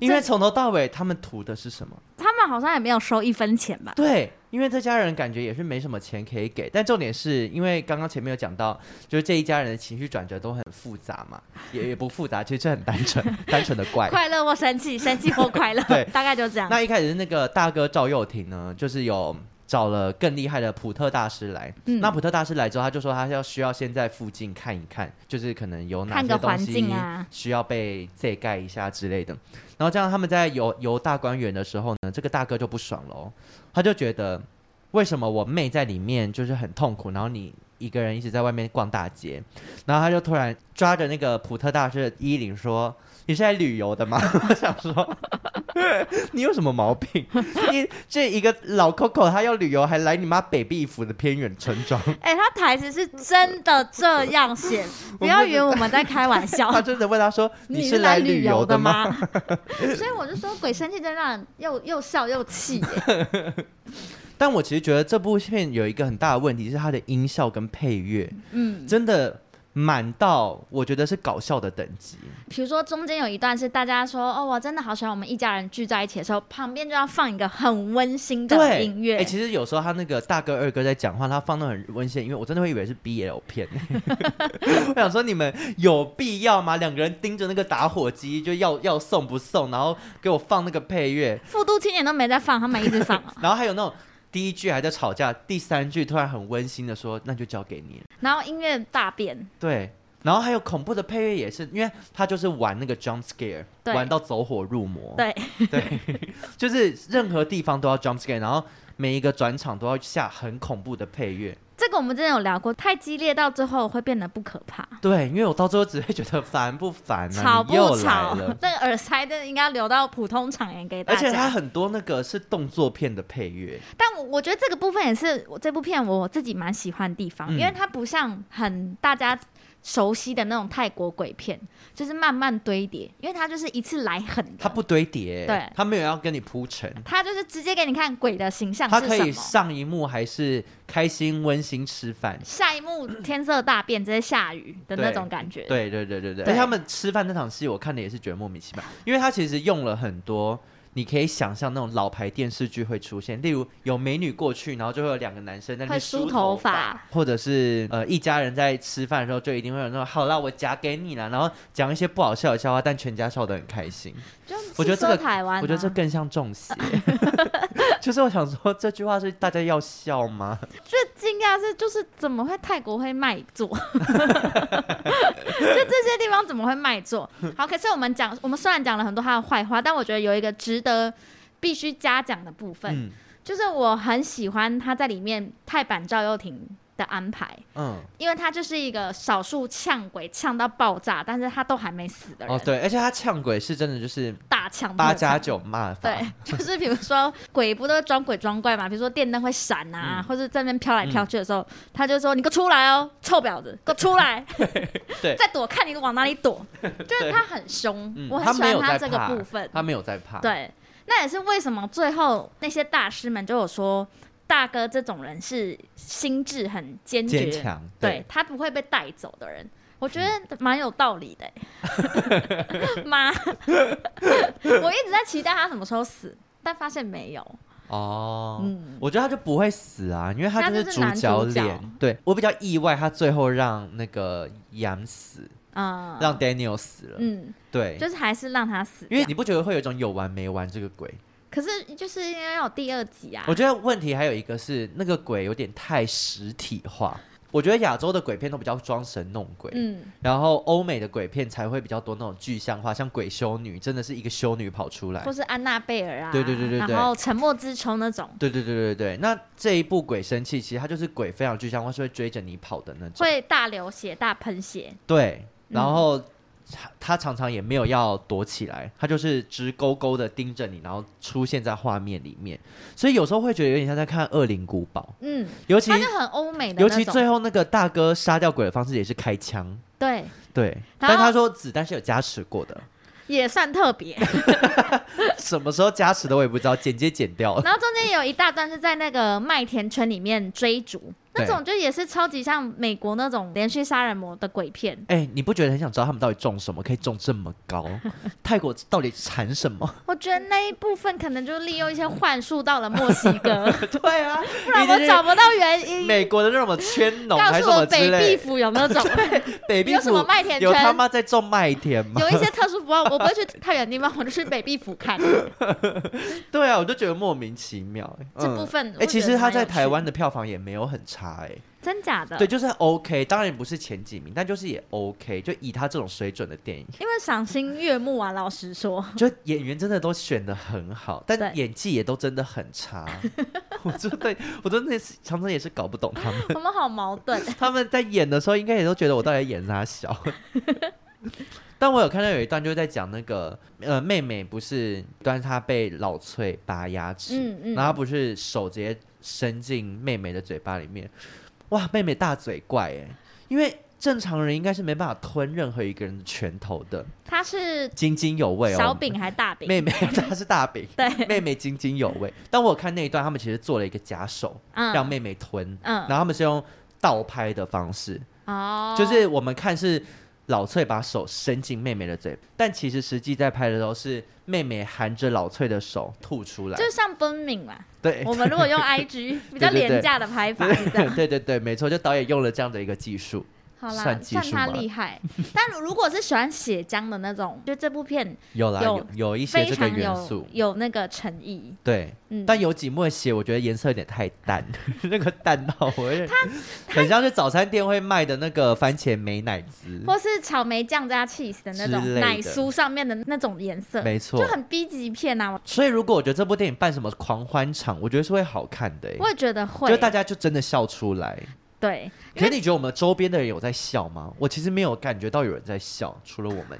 Speaker 2: 因为从头到尾他们图的是什么？
Speaker 1: 他们好像也没有收一分钱吧？
Speaker 2: 对，因为这家人感觉也是没什么钱可以给，但重点是因为刚刚前面有讲到，就是这一家人的情绪转折都很复杂嘛，也也不复杂，其实就很单纯，单纯的怪。
Speaker 1: (laughs) 快啊乐或生气，生气或快乐
Speaker 2: 对，
Speaker 1: 大概就这样。
Speaker 2: 那一开始那个大哥赵又廷呢，就是有找了更厉害的普特大师来。
Speaker 1: 嗯
Speaker 2: 那普特大师来之后，他就说他要需要先在附近看一看，就是可能有哪
Speaker 1: 看
Speaker 2: 些
Speaker 1: 个
Speaker 2: 东
Speaker 1: 环
Speaker 2: 西
Speaker 1: 境啊
Speaker 2: 需要被遮盖一下之类的。然后这样他们在游游大观园的时候呢，这个大哥就不爽了、哦，他就觉得为什么我妹在里面就是很痛苦，然后你。一个人一直在外面逛大街，然后他就突然抓着那个普特大师的衣领说：“你是来旅游的吗？” (laughs) 我想说，你有什么毛病？你这一个老 Coco，他要旅游还来你妈北壁府的偏远村庄， (laughs)
Speaker 1: 哎、他台词是真的这样 (laughs) 写，不要以为我们在开玩笑。
Speaker 2: 他真的问他说：“
Speaker 1: 你
Speaker 2: 是
Speaker 1: 来
Speaker 2: 旅
Speaker 1: 游
Speaker 2: 的吗
Speaker 1: 吗？
Speaker 2: (laughs)
Speaker 1: 所以我就说，鬼生气真让人又又笑又气耶、？”
Speaker 2: 但我其实觉得这部片有一个很大的问题是它的音效跟配乐，
Speaker 1: 嗯，
Speaker 2: 真的满到我觉得是搞笑的等级。
Speaker 1: 比如说中间有一段是大家说，哦，我真的好喜欢我们一家人聚在一起的时候，旁边就要放一个很温馨的
Speaker 2: 对，
Speaker 1: 音乐。
Speaker 2: 哎、其实有时候他那个大哥二哥在讲话，他放那种很温馨的音乐，我真的会以为是 BL 片。 (laughs) 我想说，你们有必要吗？两个人盯着那个打火机，就要要送不送，然后给我放那个配乐，
Speaker 1: 复读青年都没在放，他们一直放、啊 (laughs)
Speaker 2: 然后还有那种第一句还在吵架，第三句突然很温馨的说：“那就交给你了。
Speaker 1: 然后音乐大变，”
Speaker 2: 对。然后还有恐怖的配乐也是，因为他就是玩那个 jump scare，
Speaker 1: 对
Speaker 2: 玩到走火入魔。
Speaker 1: 对，
Speaker 2: 对，就是任何地方都要 jump scare，然后每一个转场都要下很恐怖的配乐。
Speaker 1: 这个我们之前有聊过，太激烈到最后会变得不可怕。
Speaker 2: 对，因为我到最后只会觉得烦不烦啊，
Speaker 1: 吵
Speaker 2: 你
Speaker 1: 不
Speaker 2: 又来
Speaker 1: 吵。
Speaker 2: 了？
Speaker 1: 那个耳塞真的应该留到普通场演给大
Speaker 2: 而
Speaker 1: 家。
Speaker 2: 且它很多那个是动作片的配乐，
Speaker 1: 但我我觉得这个部分也是我这部片我自己蛮喜欢的地方，
Speaker 2: 嗯
Speaker 1: 因为它不像很大家熟悉的那种泰国鬼片，就是慢慢堆叠，因为它就是一次来很
Speaker 2: 它
Speaker 1: 的，
Speaker 2: 不堆叠，
Speaker 1: 对
Speaker 2: 它没有要跟你铺陈，
Speaker 1: 它就是直接给你看鬼的形象
Speaker 2: 它
Speaker 1: 是
Speaker 2: 可
Speaker 1: 什
Speaker 2: 以
Speaker 1: 么。
Speaker 2: 上一幕还是开心温馨吃饭。
Speaker 1: 下一幕天色大变，直接下雨的那
Speaker 2: 对
Speaker 1: 种感觉。
Speaker 2: 对对对对
Speaker 1: 对
Speaker 2: 对，而且他们吃饭那场戏，我看的也是觉得莫名其妙，因为他其实用了很多你可以想象那种老牌电视剧会出现，例如有美女过去，然后就会有两个男生在
Speaker 1: 会
Speaker 2: 那边
Speaker 1: 梳
Speaker 2: 梳
Speaker 1: 头
Speaker 2: 头
Speaker 1: 发，
Speaker 2: 或者是呃一家人在吃饭的时候，就一定会有那种好啦，我夹给你啦，然后讲一些不好笑的笑话，但全家笑得很开心。
Speaker 1: 就是
Speaker 2: 我觉得这个
Speaker 1: 说台湾啊、
Speaker 2: 我觉得这更像中
Speaker 1: (laughs)
Speaker 2: 邪，就是我想说这句话是大家要笑吗？
Speaker 1: 最惊讶是，就是怎么会泰国会卖座？ (laughs) 就这些地方怎么会卖座？好，可是我们讲，我们虽然讲了很多他的坏话，但我觉得有一个值得必须嘉奖的部分，
Speaker 2: 嗯，
Speaker 1: 就是我很喜欢他在里面泰版赵又廷的安排，
Speaker 2: 嗯，
Speaker 1: 因为他就是一个少数呛鬼呛到爆炸，但是他都还没死的人，
Speaker 2: 哦对，而且他呛鬼是真的就是
Speaker 1: 大呛特
Speaker 2: 八
Speaker 1: 呛
Speaker 2: 加九骂法， (laughs)
Speaker 1: 对，就是比如说鬼不都是装鬼装怪嘛？比如说电灯会闪啊，
Speaker 2: 嗯
Speaker 1: 或者在那边飘来飘去的时候，他就说：“你给我出来哦，臭婊子，
Speaker 2: (laughs)
Speaker 1: 给我出来！”
Speaker 2: 对
Speaker 1: 再躲看你往哪里
Speaker 2: (laughs)
Speaker 1: 躲，就是
Speaker 2: 对
Speaker 1: 他很凶，
Speaker 2: 嗯，
Speaker 1: 我
Speaker 2: 他
Speaker 1: 很喜
Speaker 2: 没有
Speaker 1: 欢
Speaker 2: 在
Speaker 1: 这个
Speaker 2: 怕
Speaker 1: 部分。
Speaker 2: 他没有在怕，，
Speaker 1: 对，那也是为什么最后那些大师们就有说，大哥这种人是心智很坚
Speaker 2: 坚
Speaker 1: 决，
Speaker 2: 强，
Speaker 1: 对，他不会被带走的人，我觉得
Speaker 2: 嗯
Speaker 1: 蛮有道理的、
Speaker 2: (laughs)
Speaker 1: 欸。妈， (laughs) 我一直在期待他什么时候死，但发现没有。
Speaker 2: 哦，
Speaker 1: 嗯
Speaker 2: 我觉得他就不会死啊，因为他
Speaker 1: 他
Speaker 2: 是
Speaker 1: 就是男主角
Speaker 2: 角脸。对我比较意外，他最后让那个杨死，
Speaker 1: 嗯，
Speaker 2: 让 Daniel 死了。
Speaker 1: 嗯，
Speaker 2: 对，
Speaker 1: 就是还是让他死
Speaker 2: 因
Speaker 1: 掉。
Speaker 2: 为你不觉得会有一种有完没完这个鬼？
Speaker 1: 可是就是因为有第二集啊
Speaker 2: 我，觉得问题还有一个是那个鬼有点太实体化。我觉得亚洲的鬼片都比较装神弄鬼，
Speaker 1: 嗯，
Speaker 2: 然后欧美的鬼片才会比较多那种具象化，像鬼修女真的是一个修女跑出来
Speaker 1: 或。是安娜贝尔啊，
Speaker 2: 对对对对对
Speaker 1: 然后沉默之丘那种。
Speaker 2: 对对对对对，那这一部《鬼生气》其实它就是鬼非常具象化，是会追着你跑的那种。
Speaker 1: 会大流血、大喷血，
Speaker 2: 对，然
Speaker 1: 嗯
Speaker 2: 后他他常常也没有要躲起来，他就是直勾勾的盯着你，然后出现在画面里面，所以有时候会觉得有点像在看《恶灵古堡
Speaker 1: 嗯，》，
Speaker 2: 尤其
Speaker 1: 他就很欧美的
Speaker 2: 尤
Speaker 1: 那
Speaker 2: 其最
Speaker 1: 种，
Speaker 2: 后那个大哥杀掉鬼的方式也是开枪，
Speaker 1: 对，
Speaker 2: 对，
Speaker 1: 然后
Speaker 2: 但他说子弹是有加持过的，
Speaker 1: 也算特别。
Speaker 2: 什么时候加持的我也不知道，剪接剪
Speaker 1: (laughs)
Speaker 2: 掉了。
Speaker 1: 然后中间有一大段是在那个麦田圈里面追逐，那
Speaker 2: 对
Speaker 1: 种就也是超级像美国那种连续杀人魔的鬼片。
Speaker 2: 哎、你不觉得很想知道他们到底中什么，可以中这么高？泰国到底产什么？
Speaker 1: (laughs) 我觉得那一部分可能就利用一些幻术到了墨西 (laughs) 哥，
Speaker 2: (laughs) 对啊，
Speaker 1: 不然
Speaker 2: 一定
Speaker 1: 我
Speaker 2: 是
Speaker 1: 找不到原因。
Speaker 2: 美国的那种圈农
Speaker 1: 告
Speaker 2: 还是
Speaker 1: 诉
Speaker 2: 什么
Speaker 1: 我
Speaker 2: 之
Speaker 1: 北壁
Speaker 2: 类
Speaker 1: 府有没有 (laughs) 种？
Speaker 2: 北壁
Speaker 1: 有什么
Speaker 2: 府
Speaker 1: 麦田
Speaker 2: 有他
Speaker 1: 圈？
Speaker 2: 妈在种麦田吗？
Speaker 1: 有一些特殊符号，我不会去太远的地方，我就去北壁府看
Speaker 2: (laughs) 对啊，我就觉得莫名其妙、欸。
Speaker 1: 这部分。
Speaker 2: 哎、其实他
Speaker 1: 他
Speaker 2: 在台湾的票房也没有很差哎、
Speaker 1: 真假的，
Speaker 2: 对，就是 OK，当然不是前几名，但就是也 OK，就以他这种水准的电影，
Speaker 1: (laughs) 因为赏心悦目啊。老实说，
Speaker 2: 就演员真的都选的很好，
Speaker 1: 对
Speaker 2: 但演技也都真的很差。 (laughs) 我真的，我真的是常常也是搞不懂他们，
Speaker 1: 我们好矛盾。 (laughs)
Speaker 2: 他们在演的时候应该也都觉得我到底在演啥小。但我有看到有一段就是在讲那个呃妹妹不是，但是她被老翠拔牙齿，
Speaker 1: 嗯嗯，
Speaker 2: 然后他不是手直接伸进妹妹的嘴巴里面，哇，妹妹大嘴怪哎、因为正常人应该是没办法吞任何一个人的拳头的，
Speaker 1: 他是
Speaker 2: 津津有味哦。
Speaker 1: 小饼还大饼？
Speaker 2: 妹妹她是大饼，
Speaker 1: 对，
Speaker 2: 妹妹津津有味。但我有看那一段，他们其实做了一个假手，
Speaker 1: 嗯
Speaker 2: 让妹妹吞，
Speaker 1: 嗯
Speaker 2: 然后他们是用倒拍的方式，
Speaker 1: 哦，
Speaker 2: 就是我们看是。老翠把手伸进妹妹的嘴，但其实实际在拍的时候是妹妹含着老翠的手吐出来。
Speaker 1: 就是像奔敏嘛。
Speaker 2: 哎对，
Speaker 1: 我们如果用
Speaker 2: (laughs)
Speaker 1: IG 比较廉价的拍法是这样。
Speaker 2: 对对对，没错，就导演用了这样的一个技术。
Speaker 1: 好啦，
Speaker 2: 算技
Speaker 1: 算
Speaker 2: 术
Speaker 1: 他
Speaker 2: 吧
Speaker 1: 厉害。但如果是喜欢血浆的那种，就这部片
Speaker 2: 有啦，
Speaker 1: 有
Speaker 2: 有有一些
Speaker 1: 非
Speaker 2: 这个
Speaker 1: 常
Speaker 2: 元
Speaker 1: 有
Speaker 2: 素，
Speaker 1: 有那个诚意。
Speaker 2: 对，
Speaker 1: 嗯，
Speaker 2: 但有几幕的血，我觉得颜色有点太淡， (laughs) 那个淡到我有点很像是早餐店会卖的那个番茄美乃滋，
Speaker 1: 或是草莓酱加 cheese 的那
Speaker 2: 嗯之
Speaker 1: 种
Speaker 2: 类的
Speaker 1: 奶酥上面的那种颜色，
Speaker 2: 没错
Speaker 1: 就。很 B 级片啊。我
Speaker 2: 所以如果我觉得这部电影办什么狂欢场，我觉得是会好看的、欸，
Speaker 1: 我也觉得会
Speaker 2: 就，大家就真的笑出来。
Speaker 1: 对， (laughs)
Speaker 2: 可是你觉得我们周边的人有在笑吗？我其实没有感觉到有人在笑，除了我们。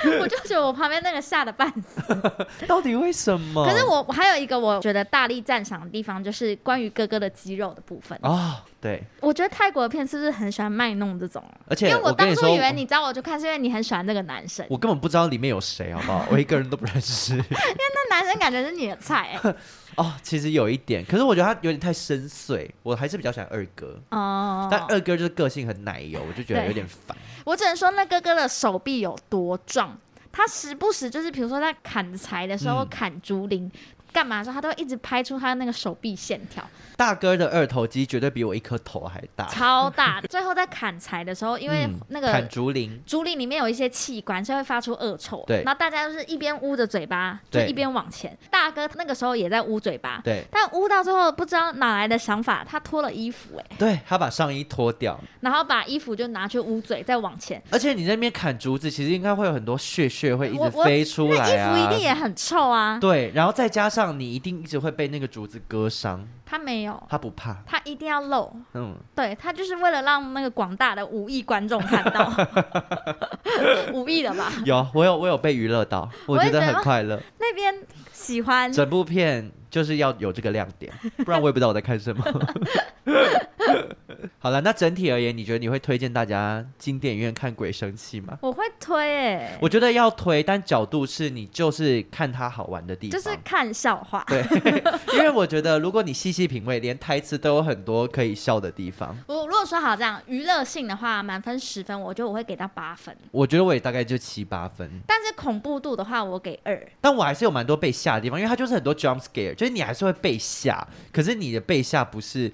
Speaker 1: 我就觉得我旁边那个吓得半死。
Speaker 2: (laughs) 到底为什么？
Speaker 1: 可是我我还有一个我觉得大力赞赏的地方，就是关于哥哥的肌肉的部分。
Speaker 2: 啊、对，
Speaker 1: 我觉得泰国的片是不是很喜欢卖弄这种啊？
Speaker 2: 而
Speaker 1: 因
Speaker 2: 且
Speaker 1: 为我
Speaker 2: 跟
Speaker 1: 当
Speaker 2: 你
Speaker 1: 初
Speaker 2: 说，
Speaker 1: 以为你找我去看，是因为你很喜欢那个男生，
Speaker 2: 我根本不知道里面有谁，好不 (laughs) 好？我一个人都不认识。 (laughs)
Speaker 1: 那男生感觉是你的菜、欸。
Speaker 2: 哦，其实有一点，可是我觉得他有点太深邃，我还是比较喜欢二哥。
Speaker 1: 哦，
Speaker 2: (laughs) 但二哥就是个性很奶油，我就觉得有点烦。
Speaker 1: 我只能说那哥哥的手臂有多壮，他时不时就是比如说在砍柴的时候、
Speaker 2: 嗯
Speaker 1: 砍竹林。干嘛的时候，他都一直拍出他那个手臂线
Speaker 2: (laughs)
Speaker 1: 条
Speaker 2: 大哥的二头肌绝对比我一颗头还大。
Speaker 1: 超大。最后在砍柴的时候，因为
Speaker 2: 嗯
Speaker 1: 那
Speaker 2: 砍
Speaker 1: 个
Speaker 2: 竹林，
Speaker 1: 竹林里面有一些器官，所以会发出恶臭。
Speaker 2: 对
Speaker 1: 然后大家就是一边捂着嘴巴，就
Speaker 2: 对
Speaker 1: 一边往前。大哥那个时候也在捂嘴巴，
Speaker 2: 对
Speaker 1: 但捂到最后不知道哪来的想法，他脱了衣服、欸，
Speaker 2: 对，他把上衣脱掉，
Speaker 1: 然后把衣服就拿去捂嘴，再往前。
Speaker 2: 而且你那边砍竹子，其实应该会有很多血血会一
Speaker 1: 我
Speaker 2: 直
Speaker 1: 我
Speaker 2: 飞出
Speaker 1: 因为
Speaker 2: 来
Speaker 1: 衣服一定
Speaker 2: 啊。
Speaker 1: 也很臭啊，
Speaker 2: 对，然后再加上你一定一直会被那个竹子割伤，
Speaker 1: 他没有，
Speaker 2: 他不怕，
Speaker 1: 他一定要露，
Speaker 2: 嗯，
Speaker 1: 对他就是为了让那个广大的五亿观众看
Speaker 2: (laughs)
Speaker 1: 到，五亿了吧？
Speaker 2: 有我有我有被娱乐到，我
Speaker 1: 我也
Speaker 2: 觉得
Speaker 1: 觉得嗯
Speaker 2: 很快乐。
Speaker 1: 那边喜欢
Speaker 2: 整部片就是要有这个亮点，不然我也不知道我在看什么。 (laughs) 好了，那整体而言，你觉得你会推荐大家进电影院看《鬼生气》吗？
Speaker 1: 我会推哎诶、
Speaker 2: 我觉得要推，但角度是你就是看它好玩的地
Speaker 1: 就
Speaker 2: 方。
Speaker 1: 是看笑话。
Speaker 2: 对， (laughs) 因为我觉得如果你细细品味，连台词都有很多可以笑的地方。
Speaker 1: 我如果说好这样娱乐性的话，满分十分，我觉得我会给到八分。
Speaker 2: 我觉得我也大概就七八分，
Speaker 1: 但是恐怖度的话，我给二。
Speaker 2: 但我还是有蛮多被吓的地方，因为它就是很多 jump scare，就是你还是会被吓，可是你的被吓不是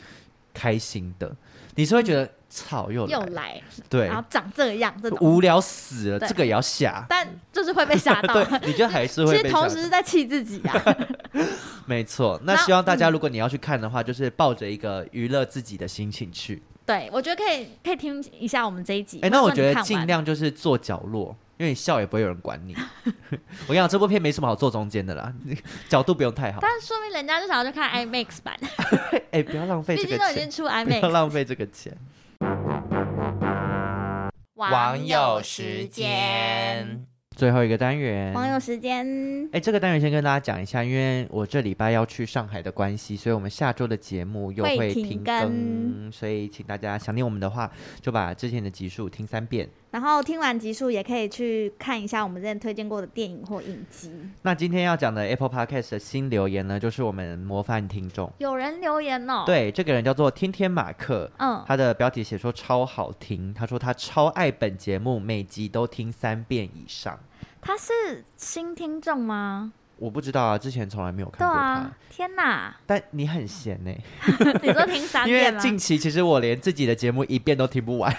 Speaker 2: 开心的，你是会觉得操又来
Speaker 1: 又
Speaker 2: 了
Speaker 1: 来，
Speaker 2: 对
Speaker 1: 然后长这样这种，
Speaker 2: 无聊死了，
Speaker 1: 对。
Speaker 2: 这个也要下
Speaker 1: 但就是会被吓到。
Speaker 2: (laughs) 对，你就还是
Speaker 1: (laughs) 其
Speaker 2: 会
Speaker 1: 实
Speaker 2: 被
Speaker 1: 同
Speaker 2: 吓。
Speaker 1: 时是在气自己啊。
Speaker 2: (laughs) 没错。那
Speaker 1: 那嗯
Speaker 2: 希望大家，如果你要去看的话，就是抱着一个娱乐自己的心情去。
Speaker 1: 对，我觉得可以可以听一下我们这一集。
Speaker 2: 哎、那
Speaker 1: 或
Speaker 2: 我
Speaker 1: 者说你
Speaker 2: 觉得
Speaker 1: 看
Speaker 2: 尽
Speaker 1: 完
Speaker 2: 量就是坐角落，因为你笑也不会有人管你。 (laughs) 我跟你讲，这部片没什么好坐中间的啦，角度不用太好。
Speaker 1: 但说明人家就想要去看 IMAX 版，
Speaker 2: 哎、不要浪费
Speaker 1: 毕
Speaker 2: 嗯这
Speaker 1: 竟
Speaker 2: 个
Speaker 1: 都已经，
Speaker 2: 钱
Speaker 1: 出
Speaker 2: (laughs) 不要
Speaker 1: IMAX。
Speaker 2: 浪费这个钱。
Speaker 3: 网友时间，
Speaker 2: 最后一个单元，
Speaker 1: 网友时间，
Speaker 2: 哎、这个单元先跟大家讲一下，因为我这礼拜要去上海的关系，所以我们下周的节目又
Speaker 1: 会
Speaker 2: 会
Speaker 1: 停
Speaker 2: 停
Speaker 1: 更
Speaker 2: 更，所以请大家想念我们的话，就把之前的集数听三遍。
Speaker 1: 然后听完集数也可以去看一下我们之前推荐过的电影或影集。
Speaker 2: 那今天要讲的 Apple Podcast 的新留言呢，就是我们模范听众，
Speaker 1: 有人留言哦，，
Speaker 2: 对，这个人叫做天天马克。
Speaker 1: 嗯，
Speaker 2: 他的标题写说超好听，他说他超爱本节目，每集都听三遍以上。
Speaker 1: 他是新听众吗？
Speaker 2: 我不知道啊，之前从来没有
Speaker 1: 对
Speaker 2: 看过他，
Speaker 1: 啊，天哪，
Speaker 2: 但你很闲呢、
Speaker 1: 你说听三
Speaker 2: 因为
Speaker 1: 遍吗？
Speaker 2: 近期其实我连自己的节目一遍都听不完，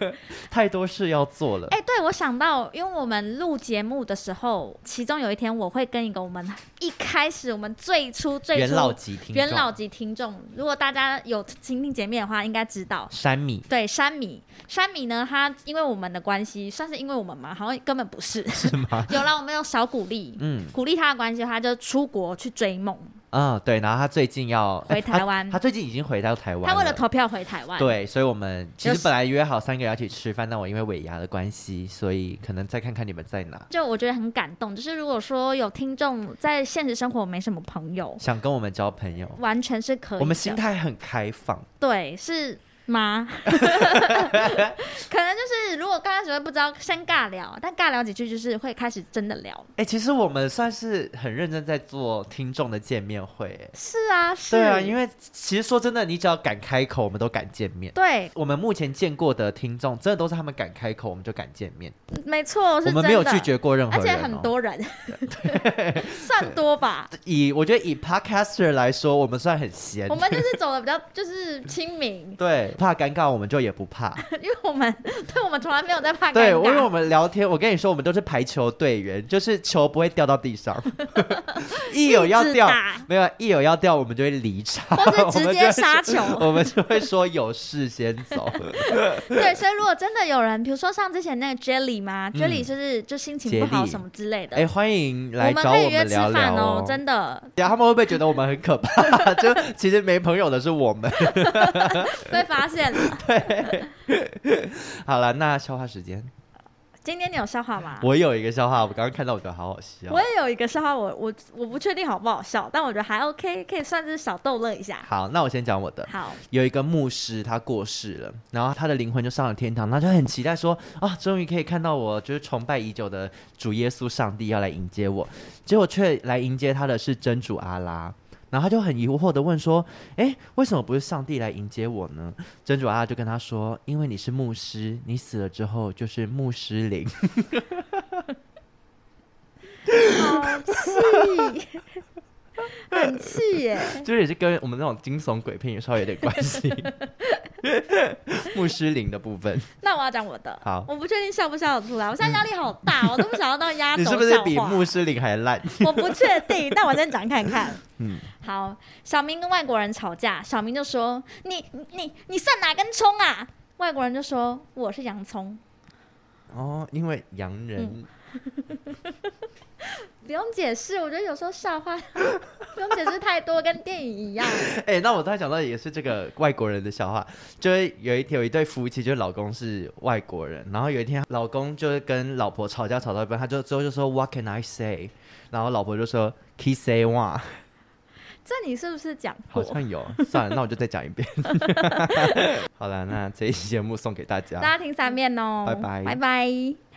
Speaker 2: (laughs) 太多事要做了。
Speaker 1: 哎、对，我想到，因为我们录节目的时候，其中有一天我会跟一个我们一开始我们最初最初
Speaker 2: 元老级听众，
Speaker 1: 元老级听众，如果大家有倾听节目的话，应该知道。
Speaker 2: 山米
Speaker 1: 对，山米，山米呢，他因为我们的关系，算是因为我们嘛，好像根本不是。是吗？ (laughs) 有了，我们有小鼓励，
Speaker 2: 嗯
Speaker 1: 鼓励他的关系，他就出国去追梦。
Speaker 2: 啊、对，然后他最近要
Speaker 1: 回
Speaker 2: 哎
Speaker 1: 台
Speaker 2: 他
Speaker 1: 湾
Speaker 2: 他最近已经回到台湾，
Speaker 1: 他为了。投票回台湾。，
Speaker 2: 对，所以我们其
Speaker 1: 就
Speaker 2: 实
Speaker 1: 是
Speaker 2: 本来约好三个人要一起吃饭，但我因为尾牙的关系，所以可能再看看你们在哪。
Speaker 1: 就我觉得很感动。就是如果说有听众在现实生活没什么朋友，
Speaker 2: 想跟我们交朋友，
Speaker 1: 完全是可以的。
Speaker 2: 我们心态很开放，
Speaker 1: 对，是
Speaker 2: (laughs)
Speaker 1: 吗？可能就是如果刚开始会不知道，先尬聊，但尬聊几句就是会开始真的聊。
Speaker 2: 哎、其实我们算是很认真在做听众的见面会、哎
Speaker 1: 是啊，是。
Speaker 2: 对啊，因为其实说真的，你只要敢开口，我们都敢见面。
Speaker 1: 对，
Speaker 2: 我们目前见过的听众，真的都是他们敢开口，我们就敢见面。
Speaker 1: 没错，是
Speaker 2: 我
Speaker 1: 真的。
Speaker 2: 们没有拒绝过任何
Speaker 1: 而
Speaker 2: 人、哦，
Speaker 1: 且很。多人， (laughs) 算多
Speaker 2: (laughs)
Speaker 1: 吧。
Speaker 2: 以我觉得以 podcaster 来说，我们算很闲
Speaker 1: 我。们就是走的比较就是亲民， (laughs)
Speaker 2: 对，怕尴尬我们就也不怕。
Speaker 1: 因为我们对我们从来没有在怕尴尬。
Speaker 2: 对，因为我们聊天，我跟你说，我们都是排球队员，就是球不会掉到
Speaker 1: (laughs)
Speaker 2: 地上，一有要
Speaker 1: 一
Speaker 2: 掉
Speaker 1: 直打，
Speaker 2: 没有一有要掉，我们就会离场，
Speaker 1: (laughs)
Speaker 2: (laughs)
Speaker 1: 或是直接杀球
Speaker 2: 我们就会我们就会说有事先
Speaker 1: (laughs)
Speaker 2: 走。
Speaker 1: 对，所以如果真的有人，比如说像之前那个 Jelly 嘛、
Speaker 2: 嗯
Speaker 1: j e l l y 就是就心情不好
Speaker 2: 杰利
Speaker 1: 什么之类的，
Speaker 2: 哎，欢迎
Speaker 1: 我
Speaker 2: 来
Speaker 1: 们
Speaker 2: 找
Speaker 1: 可以约
Speaker 2: 们
Speaker 1: 吃
Speaker 2: 聊
Speaker 1: 饭
Speaker 2: 聊
Speaker 1: 哦，
Speaker 2: (laughs)
Speaker 1: 真的，
Speaker 2: 等下他们会不会觉得我们很可怕？ (laughs) 就其实没朋友的是我们。
Speaker 1: 被发现了。
Speaker 2: (laughs) 好了，那消化时间，
Speaker 1: 今天你有笑话吗？
Speaker 2: 我有一个消化，我刚刚看到，我觉得好好笑
Speaker 1: 我。也有一个笑话，我我我不确定好不好笑，但我觉得还 OK，可以算是小逗乐一下。
Speaker 2: 好，那我先讲我的。
Speaker 1: 好，
Speaker 2: 有一个牧师，他过世了，然后他的灵魂就上了天堂，他就很期待说啊，终于可以看到我就是崇拜已久的主耶稣上帝要来迎接我，结果却来迎接他的是真主阿拉。然后他就很疑惑的问说：“诶，为什么不是上帝来迎接我呢？”
Speaker 1: 嗯
Speaker 2: 真主阿拉就跟他说：“因为你是牧师，你死了之后就是牧师灵。
Speaker 1: 好气，很气耶！” (laughs)
Speaker 2: 就是也是跟我们那种惊悚鬼片也稍微有点关系，牧师灵的部分。
Speaker 1: 那我要讲我的，
Speaker 2: 好嗯
Speaker 1: 我不确定笑不笑得出来，我现在压力好大，我都不想要到压轴
Speaker 2: (laughs) 你
Speaker 1: 笑
Speaker 2: 是
Speaker 1: 话。
Speaker 2: 不是比牧师灵还烂？
Speaker 1: 我不确定，但我先讲看看。
Speaker 2: (laughs) 嗯
Speaker 1: 好，小明跟外国人吵架，小明就说：“你你你算哪根葱啊？”外国人就说：“我是洋葱。嗯
Speaker 2: 哦，因为洋人。”
Speaker 1: 不用解释，我觉得有时候笑话 (laughs) 不用解释太多，跟电影一样。
Speaker 2: 哎、那我突然想到也是这个外国人的笑话，就是有一天有一对夫妻，就是老公是外国人，然后有一天老公就是跟老婆吵架吵到一半，他就之后就说 What can I say？然后老婆就说 Kiss say one，
Speaker 1: 这你是不是讲
Speaker 2: 好
Speaker 1: 过？
Speaker 2: 像有，算了，那我就再讲一
Speaker 1: (laughs)
Speaker 2: 遍。好了，那这一期节目送给大家，
Speaker 1: 大家听三遍哦，
Speaker 2: 拜拜
Speaker 1: 拜拜。